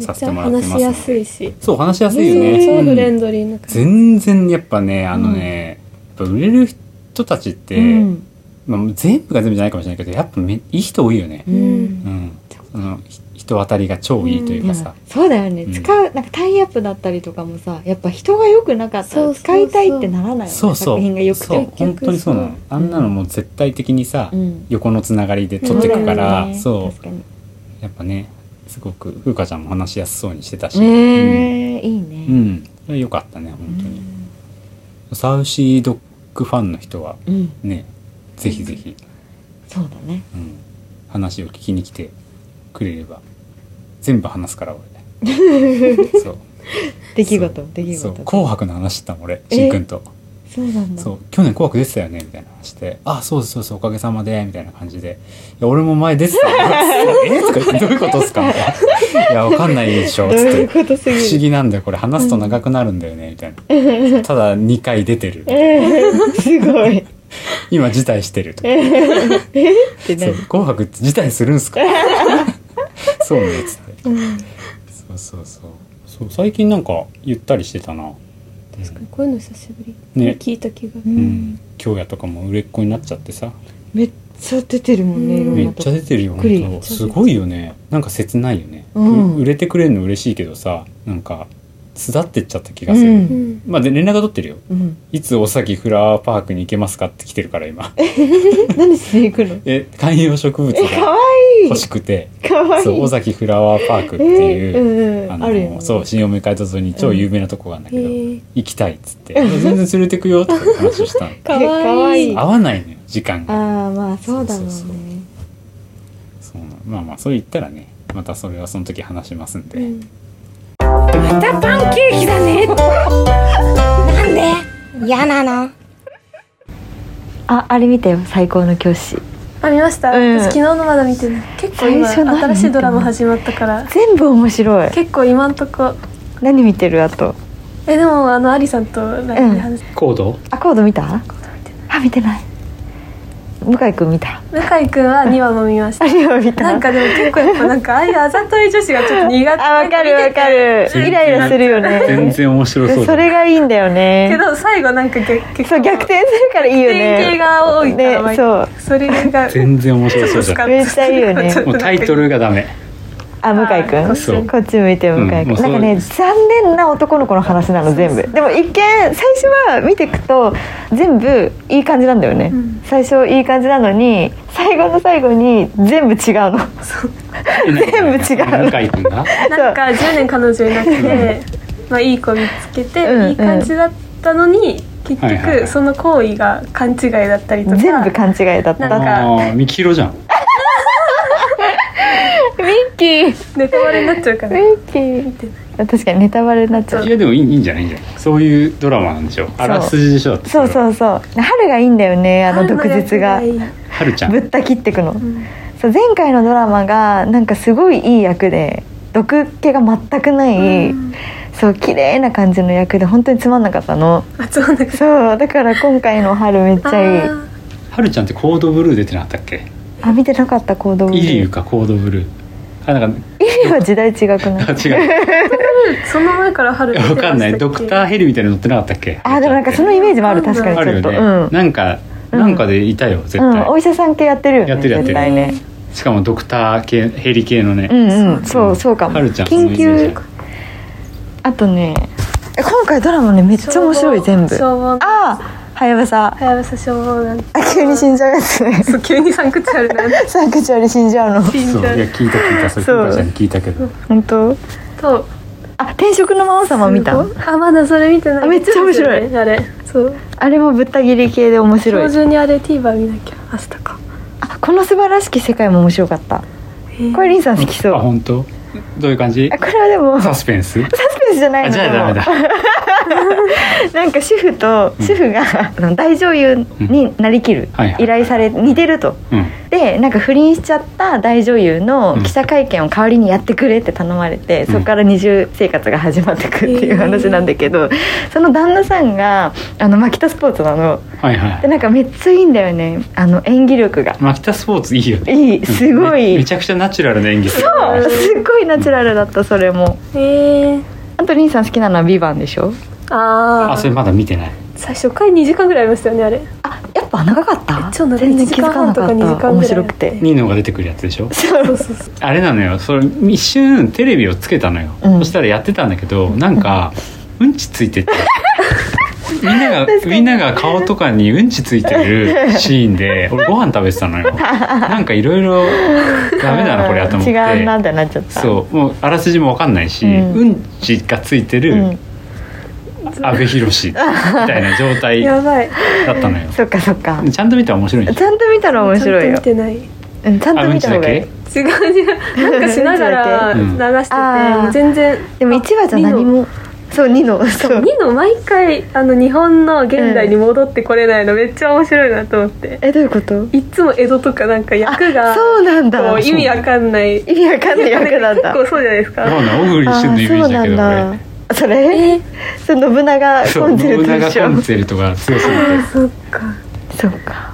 [SPEAKER 3] め
[SPEAKER 1] さ
[SPEAKER 3] っ
[SPEAKER 1] せ
[SPEAKER 3] ち
[SPEAKER 1] て
[SPEAKER 3] ゃ
[SPEAKER 1] もらってます
[SPEAKER 3] 話
[SPEAKER 1] の
[SPEAKER 3] し
[SPEAKER 1] で。
[SPEAKER 3] やすいし
[SPEAKER 1] そう、話しやすいよね。
[SPEAKER 3] 超フレ
[SPEAKER 1] うん
[SPEAKER 3] ンドリーな感じ、
[SPEAKER 1] 全然、やっぱね、あのね、やっぱ売れる人たちって、
[SPEAKER 2] うん
[SPEAKER 1] まあ、全部が全部じゃないかもしれないけど、やっぱめいい人多いよね
[SPEAKER 2] う。
[SPEAKER 1] うんん。そのひ人当たりが超いいというかさ。
[SPEAKER 2] そうだよね、
[SPEAKER 1] うん
[SPEAKER 2] 使うなんかタイアップだったりとかもさやっぱ人が良くなかった
[SPEAKER 3] そ
[SPEAKER 2] ら
[SPEAKER 3] うそうそ
[SPEAKER 2] 使
[SPEAKER 3] う
[SPEAKER 2] いたいってならないよね
[SPEAKER 1] そうそう。
[SPEAKER 2] 作品が良くて
[SPEAKER 1] そう、本当にそうなの。あんなのもう絶対的にさ、
[SPEAKER 2] うん
[SPEAKER 1] 横のつながりで取っていくから、
[SPEAKER 2] そうだよね
[SPEAKER 1] そう
[SPEAKER 2] 確かに
[SPEAKER 1] やっぱねすごく風花ちゃんも話しやすそうにしてたし、
[SPEAKER 2] ねえ、
[SPEAKER 1] う
[SPEAKER 2] いい
[SPEAKER 1] ん、う
[SPEAKER 2] ね、
[SPEAKER 1] んそれよかったね本当に、サウシードッグファンの人は
[SPEAKER 2] うんうん、
[SPEAKER 1] ねぜひぜひ、
[SPEAKER 2] そうだね
[SPEAKER 1] うん、話を聞きに来てくれれば全部話すから俺そう
[SPEAKER 2] [LAUGHS] 出来事出来
[SPEAKER 1] そう
[SPEAKER 2] 事
[SPEAKER 1] 紅白の話してたもん俺しんくんと
[SPEAKER 2] そそうなんだ
[SPEAKER 1] そう去年「紅白」出てたよねみたいな話で「あそうですそうですおかげさまで」みたいな感じで「いや俺も前出て
[SPEAKER 2] [LAUGHS]
[SPEAKER 1] たよ」えとか言って「どういうことっすか?」みたいな「いやわかんないでしょ」
[SPEAKER 2] ど
[SPEAKER 1] つ
[SPEAKER 2] う
[SPEAKER 1] っ
[SPEAKER 2] いう
[SPEAKER 1] て
[SPEAKER 2] ことす
[SPEAKER 1] 「不思
[SPEAKER 2] ぎる
[SPEAKER 1] 議なんだよこれ話すと長くなるんだよね」みたいな「ただ2回出てる
[SPEAKER 2] えーすごい
[SPEAKER 1] 今辞退してる」とか
[SPEAKER 2] ってな
[SPEAKER 1] そう
[SPEAKER 2] る
[SPEAKER 1] 「紅白」って辞退するんすか [LAUGHS] そうねっつって
[SPEAKER 2] うん
[SPEAKER 1] そうそうそうそう最近なんかゆったりしてたな
[SPEAKER 3] 確かにこういうの久しぶりに、
[SPEAKER 1] ね
[SPEAKER 3] 聞いた気が
[SPEAKER 2] う
[SPEAKER 1] うんん京也とかも売れっ子になっちゃってさ
[SPEAKER 2] めっちゃ出てるもんねいろ
[SPEAKER 3] うん
[SPEAKER 1] め
[SPEAKER 2] んな
[SPEAKER 1] っ
[SPEAKER 2] と
[SPEAKER 1] ちゃ
[SPEAKER 2] こ
[SPEAKER 1] 出てるよ
[SPEAKER 2] びっくり
[SPEAKER 1] 本当すごいよねなんか切ないよね、
[SPEAKER 2] うん
[SPEAKER 1] 売れてくれるの嬉しいけどさなんか巣立ってっちゃった気がする、
[SPEAKER 2] うん
[SPEAKER 3] うん
[SPEAKER 1] まあで連絡は取ってるよ
[SPEAKER 2] うん
[SPEAKER 1] いつおさぎフラワーパークに行けますかって来てるから今
[SPEAKER 2] 何しに行くの
[SPEAKER 1] え観葉植物
[SPEAKER 2] えかわ
[SPEAKER 1] が
[SPEAKER 2] い
[SPEAKER 1] 欲しくて
[SPEAKER 2] いかわいい
[SPEAKER 1] そう尾崎フラワーパークって
[SPEAKER 2] え
[SPEAKER 1] いう、
[SPEAKER 2] ーうん
[SPEAKER 1] あ
[SPEAKER 2] うん
[SPEAKER 1] の
[SPEAKER 2] あるよね
[SPEAKER 1] そう新大街沿いに超有名なとこがあるんだ
[SPEAKER 3] へ
[SPEAKER 1] けど、
[SPEAKER 3] ー
[SPEAKER 1] 行きたいっつって全然連れてくよって話をした
[SPEAKER 2] [LAUGHS]
[SPEAKER 1] の
[SPEAKER 3] かわいい
[SPEAKER 2] えか
[SPEAKER 1] 合わないのよ時間が
[SPEAKER 2] ああまあそうだろうね
[SPEAKER 1] そうそうそうなのまあまあそう言ったらねまたそれはその時話しますんで、
[SPEAKER 3] うん
[SPEAKER 5] またパンケーキだねなんで嫌なの
[SPEAKER 2] ああれ見てよ最高の教師
[SPEAKER 3] あ見ました、
[SPEAKER 2] うん
[SPEAKER 3] 私昨日のまだ見てない結構今
[SPEAKER 2] 最初何
[SPEAKER 3] 新しいドラマ始まったから
[SPEAKER 2] 全部面白い
[SPEAKER 3] 結構今んとこ
[SPEAKER 2] 何見てるあと
[SPEAKER 3] えでもあのアリさんと LINE で話し
[SPEAKER 1] コード
[SPEAKER 2] あコード見たあ見てない向井君見た
[SPEAKER 3] 向井君は2話も見まし
[SPEAKER 2] [LAUGHS] あ
[SPEAKER 3] た
[SPEAKER 2] れは見た
[SPEAKER 3] なんかでも結構やっぱなんかああいうあざとい女子がちょっと苦手
[SPEAKER 2] あわかるわかる
[SPEAKER 1] 全然
[SPEAKER 2] イライラするよ
[SPEAKER 1] 全
[SPEAKER 2] ね
[SPEAKER 1] 然面白そう
[SPEAKER 2] そ
[SPEAKER 1] だね
[SPEAKER 2] れがいいんだよ
[SPEAKER 3] け
[SPEAKER 2] ね
[SPEAKER 3] ど最後なんか逆結構
[SPEAKER 2] そう逆転するからいいよ
[SPEAKER 3] 典型
[SPEAKER 2] ね
[SPEAKER 3] が多いから、
[SPEAKER 2] ねそう
[SPEAKER 3] それが
[SPEAKER 1] 全然面白そうじゃ
[SPEAKER 3] そ
[SPEAKER 1] ん
[SPEAKER 3] う
[SPEAKER 2] めっちゃいいよね
[SPEAKER 1] もうタイトルがダメ
[SPEAKER 2] あ向井君
[SPEAKER 1] そう
[SPEAKER 2] こっち向いて向井
[SPEAKER 1] うん
[SPEAKER 2] 君、
[SPEAKER 1] もう
[SPEAKER 2] な
[SPEAKER 1] そ
[SPEAKER 2] ん
[SPEAKER 1] う
[SPEAKER 2] かね残念な男の子の話なの全部でも一見最初は見ていくと全部いい感じなんだよね、
[SPEAKER 3] ん
[SPEAKER 2] 最初いい感じなのに最後の最後に全部違うの [LAUGHS] 全部違う
[SPEAKER 1] 向井君が
[SPEAKER 3] なんか10年彼女いなくて、まあ、いい子見つけて、
[SPEAKER 2] うん
[SPEAKER 3] いい感じだったのに結
[SPEAKER 1] はいはいは
[SPEAKER 3] 局
[SPEAKER 1] い
[SPEAKER 3] その行為が勘違いだったりとか
[SPEAKER 2] 全部勘違いだっ
[SPEAKER 3] な
[SPEAKER 2] た
[SPEAKER 3] んか
[SPEAKER 1] ああみきひろじゃん
[SPEAKER 2] ミッキーミ
[SPEAKER 3] ネタバレになっちゃうから
[SPEAKER 2] ッキー確かにネタバレになっちゃう
[SPEAKER 1] いやでもいいいいんじゃないいいんじゃないそういうドラマなんでしょあらすじでしょだって
[SPEAKER 2] そうそううそう春がいいんだよねあの毒舌が
[SPEAKER 3] 春の役いい
[SPEAKER 1] はるちゃん
[SPEAKER 2] ぶった切ってくの、
[SPEAKER 3] ん
[SPEAKER 2] そう前回のドラマがなんかすごいいい役で毒気が全くない、そう綺麗な感じの役で本当につまんなかったの
[SPEAKER 3] あそうなんか
[SPEAKER 2] そうだから今回の春めっちゃいい
[SPEAKER 3] あ
[SPEAKER 2] あ
[SPEAKER 1] はるちゃんってコードブルー出てなかったっけ
[SPEAKER 2] 見てなかった行動
[SPEAKER 1] イリューかコードブルーあなんか
[SPEAKER 2] イリュは時代違く [LAUGHS] な
[SPEAKER 1] [LAUGHS]
[SPEAKER 2] い
[SPEAKER 1] あ違う
[SPEAKER 3] ーその前から春出て
[SPEAKER 1] わかんない
[SPEAKER 3] ました
[SPEAKER 1] ド
[SPEAKER 3] っけ
[SPEAKER 1] クターヘリみたいなの乗ってなかったっけ
[SPEAKER 2] あでもなんかそのイメージもある確かに
[SPEAKER 1] あ
[SPEAKER 2] ちょ
[SPEAKER 1] る
[SPEAKER 2] っと、
[SPEAKER 1] よね、
[SPEAKER 2] うん
[SPEAKER 1] なんかなんかでいたよ絶
[SPEAKER 2] う
[SPEAKER 1] 対、
[SPEAKER 2] ん、お医者さん系やってるよね
[SPEAKER 1] やってるやってる
[SPEAKER 2] 絶対ね
[SPEAKER 1] しかもドクター系ヘリ系のね、
[SPEAKER 2] うんうんそうそうかも
[SPEAKER 1] はるちゃんそ
[SPEAKER 2] 緊
[SPEAKER 1] のイメ
[SPEAKER 2] 急
[SPEAKER 1] ージ
[SPEAKER 2] あとねえ今回ドラマねめっちゃ面白い全部
[SPEAKER 3] 消防
[SPEAKER 2] ああはやぶさ
[SPEAKER 3] はやぶさ消防団
[SPEAKER 2] あ急に死んじゃうやつね
[SPEAKER 3] そう急にサンクチュアルなんで
[SPEAKER 2] サンクチュアリ死んじゃうの
[SPEAKER 3] 死ん
[SPEAKER 1] そう
[SPEAKER 3] じゃ
[SPEAKER 1] いうや聞いた聞いたそういう
[SPEAKER 2] そう
[SPEAKER 1] 話聞いたけど
[SPEAKER 2] 本当
[SPEAKER 3] と
[SPEAKER 2] あ転職の魔王様見た
[SPEAKER 3] あまだそれ見てない
[SPEAKER 2] あめっちゃ面白い
[SPEAKER 3] ですよねあれそう
[SPEAKER 2] あれもぶった切り系で面白
[SPEAKER 3] 今
[SPEAKER 2] い
[SPEAKER 3] 日中にあれ TVer 見なきゃ明日か
[SPEAKER 2] あこの素晴らしき世界も面白かったこれリンさん好きそう
[SPEAKER 1] あ本当どういう感じ
[SPEAKER 2] あこれはでも
[SPEAKER 1] サ
[SPEAKER 2] サス
[SPEAKER 1] スペンス
[SPEAKER 2] ペンスじゃない
[SPEAKER 1] あ
[SPEAKER 2] の
[SPEAKER 1] じゃあダメ
[SPEAKER 2] で
[SPEAKER 1] だ
[SPEAKER 2] もなんか主婦と主婦が、あの大女優になりきる、
[SPEAKER 1] はいはい
[SPEAKER 2] 依頼され似てると
[SPEAKER 1] うん
[SPEAKER 2] でなんか不倫しちゃった大女優の記者会見を代わりにやってくれって頼まれて、そこから二重生活が始まってくっていう話なんだけど、その旦那さんがあのマキタスポーツなの
[SPEAKER 1] はいは
[SPEAKER 2] で
[SPEAKER 1] い
[SPEAKER 2] なんかめっちゃいいんだよねあの演技力が
[SPEAKER 1] マキタスポーツいいよね
[SPEAKER 2] いいすご
[SPEAKER 1] め
[SPEAKER 2] い、
[SPEAKER 1] めちゃくちゃナチュラルな演技する
[SPEAKER 2] あ
[SPEAKER 1] よね
[SPEAKER 2] すっごいナチュラルだったそれも
[SPEAKER 3] えー、
[SPEAKER 2] あとリンさん好きなのは「ビバンでしょ
[SPEAKER 3] あ
[SPEAKER 1] あそれ
[SPEAKER 3] あ
[SPEAKER 1] まだ見てない
[SPEAKER 3] 最初回2時間ぐらいありましたよねあ
[SPEAKER 2] [LAUGHS]
[SPEAKER 3] れ
[SPEAKER 2] あやっぱ長かった
[SPEAKER 3] 超長い
[SPEAKER 2] 全然気づかなかっ
[SPEAKER 3] 1時間半とか2時間ぐら
[SPEAKER 2] た
[SPEAKER 3] い
[SPEAKER 2] 面白くて
[SPEAKER 1] ニーノが出てくるやつでしょ
[SPEAKER 3] そうそうそう
[SPEAKER 1] あれなのよそれ一瞬テレビをつけたのよ、
[SPEAKER 2] うん
[SPEAKER 1] そしたらやってたんだけどなんかうんちつい
[SPEAKER 2] [LAUGHS]
[SPEAKER 1] ててみんながみんなが顔とかにうんちついてる
[SPEAKER 2] [LAUGHS]
[SPEAKER 1] シーンで俺ご飯食べてたのよなんかいろいろダメだなこれやと思って
[SPEAKER 2] 違うなってなっちゃった
[SPEAKER 1] そうもうあらすじも分かんないし、
[SPEAKER 2] う
[SPEAKER 1] うんん、ちがついて
[SPEAKER 2] う
[SPEAKER 1] る
[SPEAKER 2] ん、
[SPEAKER 1] 阿部寛みたいな状態だ
[SPEAKER 3] やばい
[SPEAKER 1] ったのよ
[SPEAKER 2] [LAUGHS] そっかそっか
[SPEAKER 1] ちゃんと見たら面白いんで
[SPEAKER 2] ちゃんと見たら面白い
[SPEAKER 3] ちゃ
[SPEAKER 2] よ
[SPEAKER 3] んと見てない違
[SPEAKER 2] うんちゃん
[SPEAKER 1] あ
[SPEAKER 2] と
[SPEAKER 1] うん
[SPEAKER 2] 見
[SPEAKER 1] ち
[SPEAKER 2] た方
[SPEAKER 1] だ
[SPEAKER 2] がいい
[SPEAKER 1] け
[SPEAKER 3] う違うなんかしながら
[SPEAKER 1] う
[SPEAKER 3] 流
[SPEAKER 1] ん
[SPEAKER 3] してて、
[SPEAKER 2] あー
[SPEAKER 3] 全然
[SPEAKER 2] でも1話じゃ何もそうニノそう
[SPEAKER 3] ニノ毎回あの日本の現代に戻ってこれないのめっちゃ面白いなと思って、
[SPEAKER 2] えどういうこと
[SPEAKER 3] いっつも江戸とかなんか役が
[SPEAKER 2] そうなんだ
[SPEAKER 3] こう
[SPEAKER 2] 意
[SPEAKER 3] 意味わかんない
[SPEAKER 2] 味わかんない役なんだ
[SPEAKER 3] 結構そうじゃないですか
[SPEAKER 1] そうなの小栗
[SPEAKER 2] あ
[SPEAKER 1] 旬のイメー
[SPEAKER 2] そう
[SPEAKER 1] ジだ
[SPEAKER 2] な
[SPEAKER 1] け
[SPEAKER 2] ん
[SPEAKER 1] ど
[SPEAKER 2] だ
[SPEAKER 1] 俺
[SPEAKER 2] それ、その信長コ
[SPEAKER 1] そう
[SPEAKER 2] ンツェル
[SPEAKER 1] 信
[SPEAKER 2] ト
[SPEAKER 1] 長
[SPEAKER 2] 一
[SPEAKER 1] コン
[SPEAKER 2] 緒
[SPEAKER 1] ツェルとか強そうだ
[SPEAKER 3] そっか
[SPEAKER 2] そうか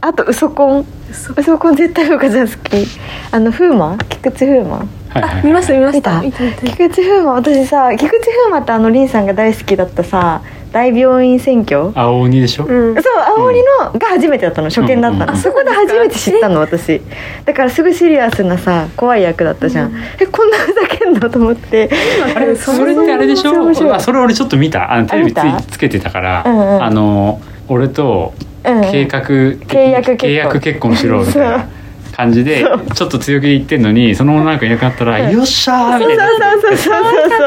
[SPEAKER 2] あとウソコンウソコン絶対岡ちゃん好きあの風磨菊池風磨
[SPEAKER 1] はいはいはい
[SPEAKER 3] 見ました見ました
[SPEAKER 2] 見
[SPEAKER 3] 見た見た
[SPEAKER 2] 菊池風磨私さ菊池風磨ってあの凛さんが大好きだったさ大病院選挙
[SPEAKER 1] 青鬼でしょ、
[SPEAKER 3] うん
[SPEAKER 2] そう青森のが初めてだったの初見だった
[SPEAKER 1] うんうん
[SPEAKER 2] の、
[SPEAKER 1] うん
[SPEAKER 2] そこで初めて知ったの私だからすごいシリアスなさ怖い役だったじゃん、えこんなふざけんのと思って
[SPEAKER 1] あれそれってあれでし
[SPEAKER 2] それ面白
[SPEAKER 1] ょ
[SPEAKER 2] い
[SPEAKER 1] あそれ俺ちょっと見たあのテレビつ
[SPEAKER 2] あ見た
[SPEAKER 1] いつけてたから、
[SPEAKER 2] うんうん
[SPEAKER 1] あの俺と
[SPEAKER 2] うん
[SPEAKER 1] 計画的
[SPEAKER 2] 契約結婚
[SPEAKER 1] 契約結婚しろみたいな感じで
[SPEAKER 2] そう
[SPEAKER 1] ちょっと強気で言ってんのにそのままなんかいなくなったら「
[SPEAKER 2] うん
[SPEAKER 1] よっしゃー」み
[SPEAKER 2] そ
[SPEAKER 1] た
[SPEAKER 2] う
[SPEAKER 1] いな。
[SPEAKER 2] そうそうそうそう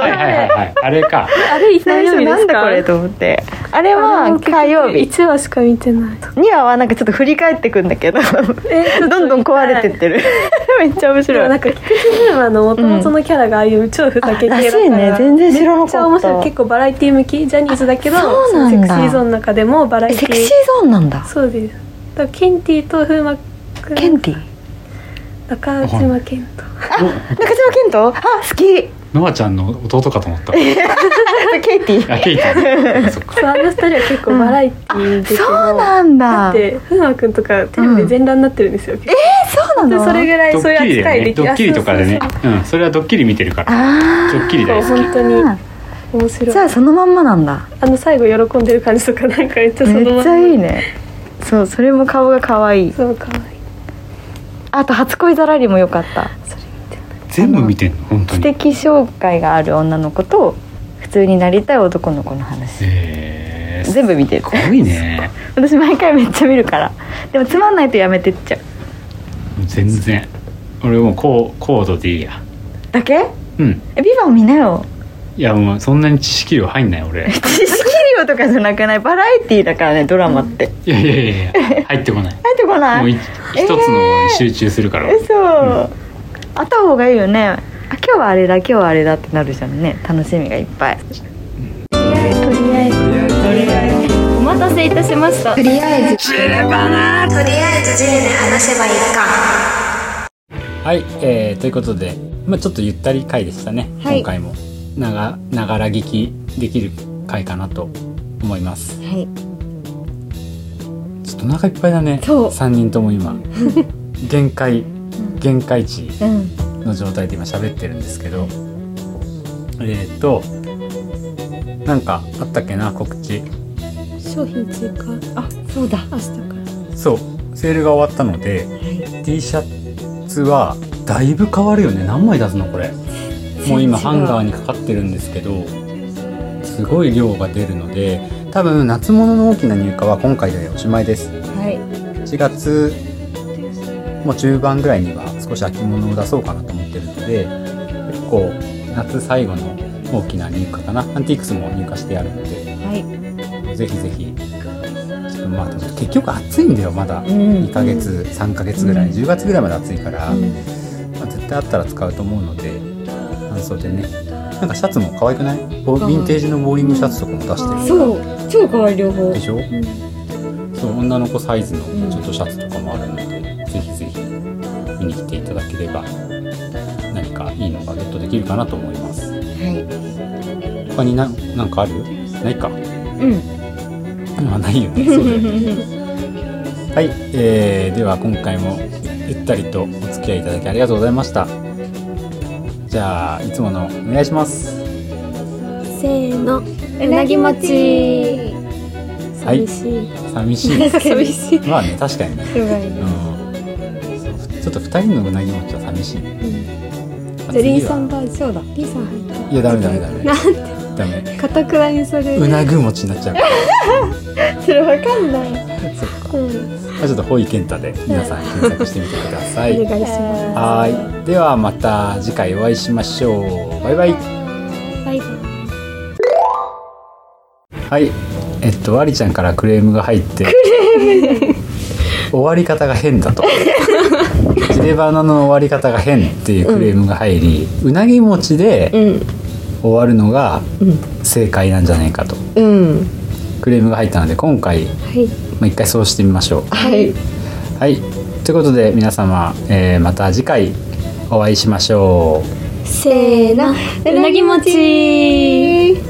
[SPEAKER 1] はいはいはいはいあれか
[SPEAKER 3] あれ一
[SPEAKER 2] 最
[SPEAKER 3] 曜
[SPEAKER 2] 初
[SPEAKER 3] 日で
[SPEAKER 2] なん
[SPEAKER 3] すか
[SPEAKER 2] だこれと思ってあれ
[SPEAKER 3] あ
[SPEAKER 2] は
[SPEAKER 3] の
[SPEAKER 2] 火曜日
[SPEAKER 3] 一話しか見てない
[SPEAKER 2] 2話はなんかちょっと振り返ってくんだけど
[SPEAKER 3] え
[SPEAKER 2] どんどん壊れてってるめっちゃ面
[SPEAKER 3] でも
[SPEAKER 2] 白
[SPEAKER 3] ないんか菊池風磨の元々のキャラがああいう超ふざけ系だから
[SPEAKER 2] らしいね全然知らなか
[SPEAKER 3] め
[SPEAKER 2] っ
[SPEAKER 3] ったちゃ面白い結構バラエティ向きジャニーズだけど
[SPEAKER 2] あそうなんだ
[SPEAKER 3] セクシーゾーンの中でもバラエ
[SPEAKER 2] え
[SPEAKER 3] テ
[SPEAKER 2] セ
[SPEAKER 3] ィ
[SPEAKER 2] クシーゾーンなんだ
[SPEAKER 3] そうですだからケンティと風磨くん
[SPEAKER 2] ケンティ
[SPEAKER 3] 中島健人
[SPEAKER 2] 中島健人あ好き
[SPEAKER 1] ノアちゃんの弟かと思った
[SPEAKER 2] ケイティ
[SPEAKER 1] あケイティそっか
[SPEAKER 3] そうあの二人は結構バラエティ出ても、
[SPEAKER 2] そうなん
[SPEAKER 3] だ
[SPEAKER 2] だ
[SPEAKER 3] っ
[SPEAKER 2] え
[SPEAKER 3] て風磨くんとかテレビで全裸になってるんですよ、結
[SPEAKER 2] そうなの
[SPEAKER 3] 構でそれぐらい
[SPEAKER 1] ド
[SPEAKER 3] そうい
[SPEAKER 1] ッキ
[SPEAKER 3] う
[SPEAKER 1] リだ
[SPEAKER 3] 扱
[SPEAKER 1] よ
[SPEAKER 3] い
[SPEAKER 1] ね
[SPEAKER 3] でき
[SPEAKER 1] ドッキリとかでね
[SPEAKER 3] あそう
[SPEAKER 1] うんそれはドッキリ見てるから
[SPEAKER 2] あ
[SPEAKER 1] ドッキリ
[SPEAKER 3] そ
[SPEAKER 1] だ
[SPEAKER 3] う
[SPEAKER 1] よ
[SPEAKER 3] そう本当に面
[SPEAKER 2] ーじゃ
[SPEAKER 3] 白い
[SPEAKER 2] あそのまんまなんだ
[SPEAKER 3] あの最後喜んでる感じとかなんかめっちゃそのまま
[SPEAKER 2] めっちゃいいねそうそれも顔が可愛い
[SPEAKER 3] そうかわいい
[SPEAKER 2] あと初恋ざらりも良かった
[SPEAKER 1] 全部見てんの本当
[SPEAKER 2] 知
[SPEAKER 1] に
[SPEAKER 2] 的障害がある女の子と普通になりたい男の子の話
[SPEAKER 1] えーす
[SPEAKER 2] 全部見てる
[SPEAKER 1] ごいね
[SPEAKER 2] 私毎回めっちゃ見るからでもつまんないとやめてっちゃう
[SPEAKER 1] 全然俺もうコーコードでいいや
[SPEAKER 2] だけ
[SPEAKER 1] うん
[SPEAKER 2] えビバン見なよ
[SPEAKER 1] いやもうそんなに知識量入んない俺
[SPEAKER 2] 知識量とかじゃなくないバラエティーだからねドラマって、
[SPEAKER 1] いやいやいやいや入って
[SPEAKER 3] [LAUGHS]
[SPEAKER 1] こない
[SPEAKER 2] 入ってこな
[SPEAKER 1] もう
[SPEAKER 2] い
[SPEAKER 1] い一つのものに集中するから、
[SPEAKER 2] 嘘、あった方がいいよねあ今日はあれだ今日はあれだってなるじゃんね楽しみがいっぱい
[SPEAKER 5] お待たせいたしました
[SPEAKER 1] はい、えーということで、まあ、ちょっとゆったり回でしたね、
[SPEAKER 2] はい
[SPEAKER 1] 今回もながながら聞きできる回かなと思います
[SPEAKER 2] はい
[SPEAKER 1] ちょっとお腹いっぱいだね
[SPEAKER 2] そう
[SPEAKER 1] 3人とも
[SPEAKER 2] [LAUGHS]
[SPEAKER 1] 今限界限界値
[SPEAKER 2] うん
[SPEAKER 1] の状態で今喋ってるんですけどえっ、となんかあったっけな告知
[SPEAKER 3] 商品追加
[SPEAKER 2] あそうだ
[SPEAKER 3] 明日から
[SPEAKER 1] そうセールが終わったので T シャツはだいぶ変わるよね何枚出すのこれもう今ハンガーにかかってるんですけどすごい量が出るので多分夏物の大きな入荷は今回でおしまいです
[SPEAKER 2] はい
[SPEAKER 1] 4月もう中盤ぐらいには少し秋物を出そうかなと思ってるので結構夏最後の大きな入荷かなアンティークスも入荷してあるので
[SPEAKER 2] はい
[SPEAKER 1] ぜひぜひちょっとまあ結局暑いんだよまだ
[SPEAKER 2] うん
[SPEAKER 1] 2ヶ月、3ヶ月ぐらい、10月ぐらいまで暑いから、
[SPEAKER 2] うん
[SPEAKER 1] まあ、絶対あったら使うと思うので半袖ねなんかシャツも可愛くないボヴィンテージのボーリングシャツとかも出してる
[SPEAKER 2] そう超可愛い両方
[SPEAKER 1] でしょ、そう女の子サイズのちょっとシャツとかもあるので、ぜひぜひ見に来ていただければ何かいいのがゲットできるかなと思います
[SPEAKER 2] は
[SPEAKER 1] 他にななんかあるないか
[SPEAKER 2] いうん
[SPEAKER 1] まあないよねそうだよねはい、えー、では今回もゆったりとお付き合いいただきありがとうございましたじゃあいつものお願いします
[SPEAKER 3] せーの
[SPEAKER 5] うなぎ餅
[SPEAKER 1] はい
[SPEAKER 3] 寂し [LAUGHS] い、
[SPEAKER 1] 寂しい
[SPEAKER 3] 寂し [LAUGHS] い
[SPEAKER 1] まあね確かにね、
[SPEAKER 2] すごい
[SPEAKER 1] うん、ちょっと二人のうなぎ餅は寂しい、まあ
[SPEAKER 3] リン
[SPEAKER 1] 次
[SPEAKER 3] さん
[SPEAKER 1] は
[SPEAKER 3] バージョンだリンさん入っ
[SPEAKER 1] いやダメダメダメ
[SPEAKER 3] なんて
[SPEAKER 1] ダメ
[SPEAKER 3] たかたくなにそれ
[SPEAKER 1] うなぐ餅になっちゃうから
[SPEAKER 2] それわかんない
[SPEAKER 1] [LAUGHS] そっか、
[SPEAKER 3] うん
[SPEAKER 1] まあ、ちょっとほいけんたで皆さん検索してみてください
[SPEAKER 3] お願いします
[SPEAKER 1] はいではまた次回お会いしましょうバイバイ
[SPEAKER 3] バイバイ
[SPEAKER 1] はい、えっと、ワリちゃんからクレームが入って。終わり方が
[SPEAKER 5] [LAUGHS]
[SPEAKER 1] 変だと。ジレバナの終わり方が変っていうクレームが入り、うなぎ餅で。終わるのが
[SPEAKER 5] うん
[SPEAKER 1] 正解なんじゃないかと
[SPEAKER 5] うん
[SPEAKER 1] クレームが入ったので今回
[SPEAKER 5] はい
[SPEAKER 1] まあ一回そうしてみましょう
[SPEAKER 5] はい
[SPEAKER 1] はいということで皆様、えーまた次回お会いしましょう
[SPEAKER 5] せーのうなぎ餅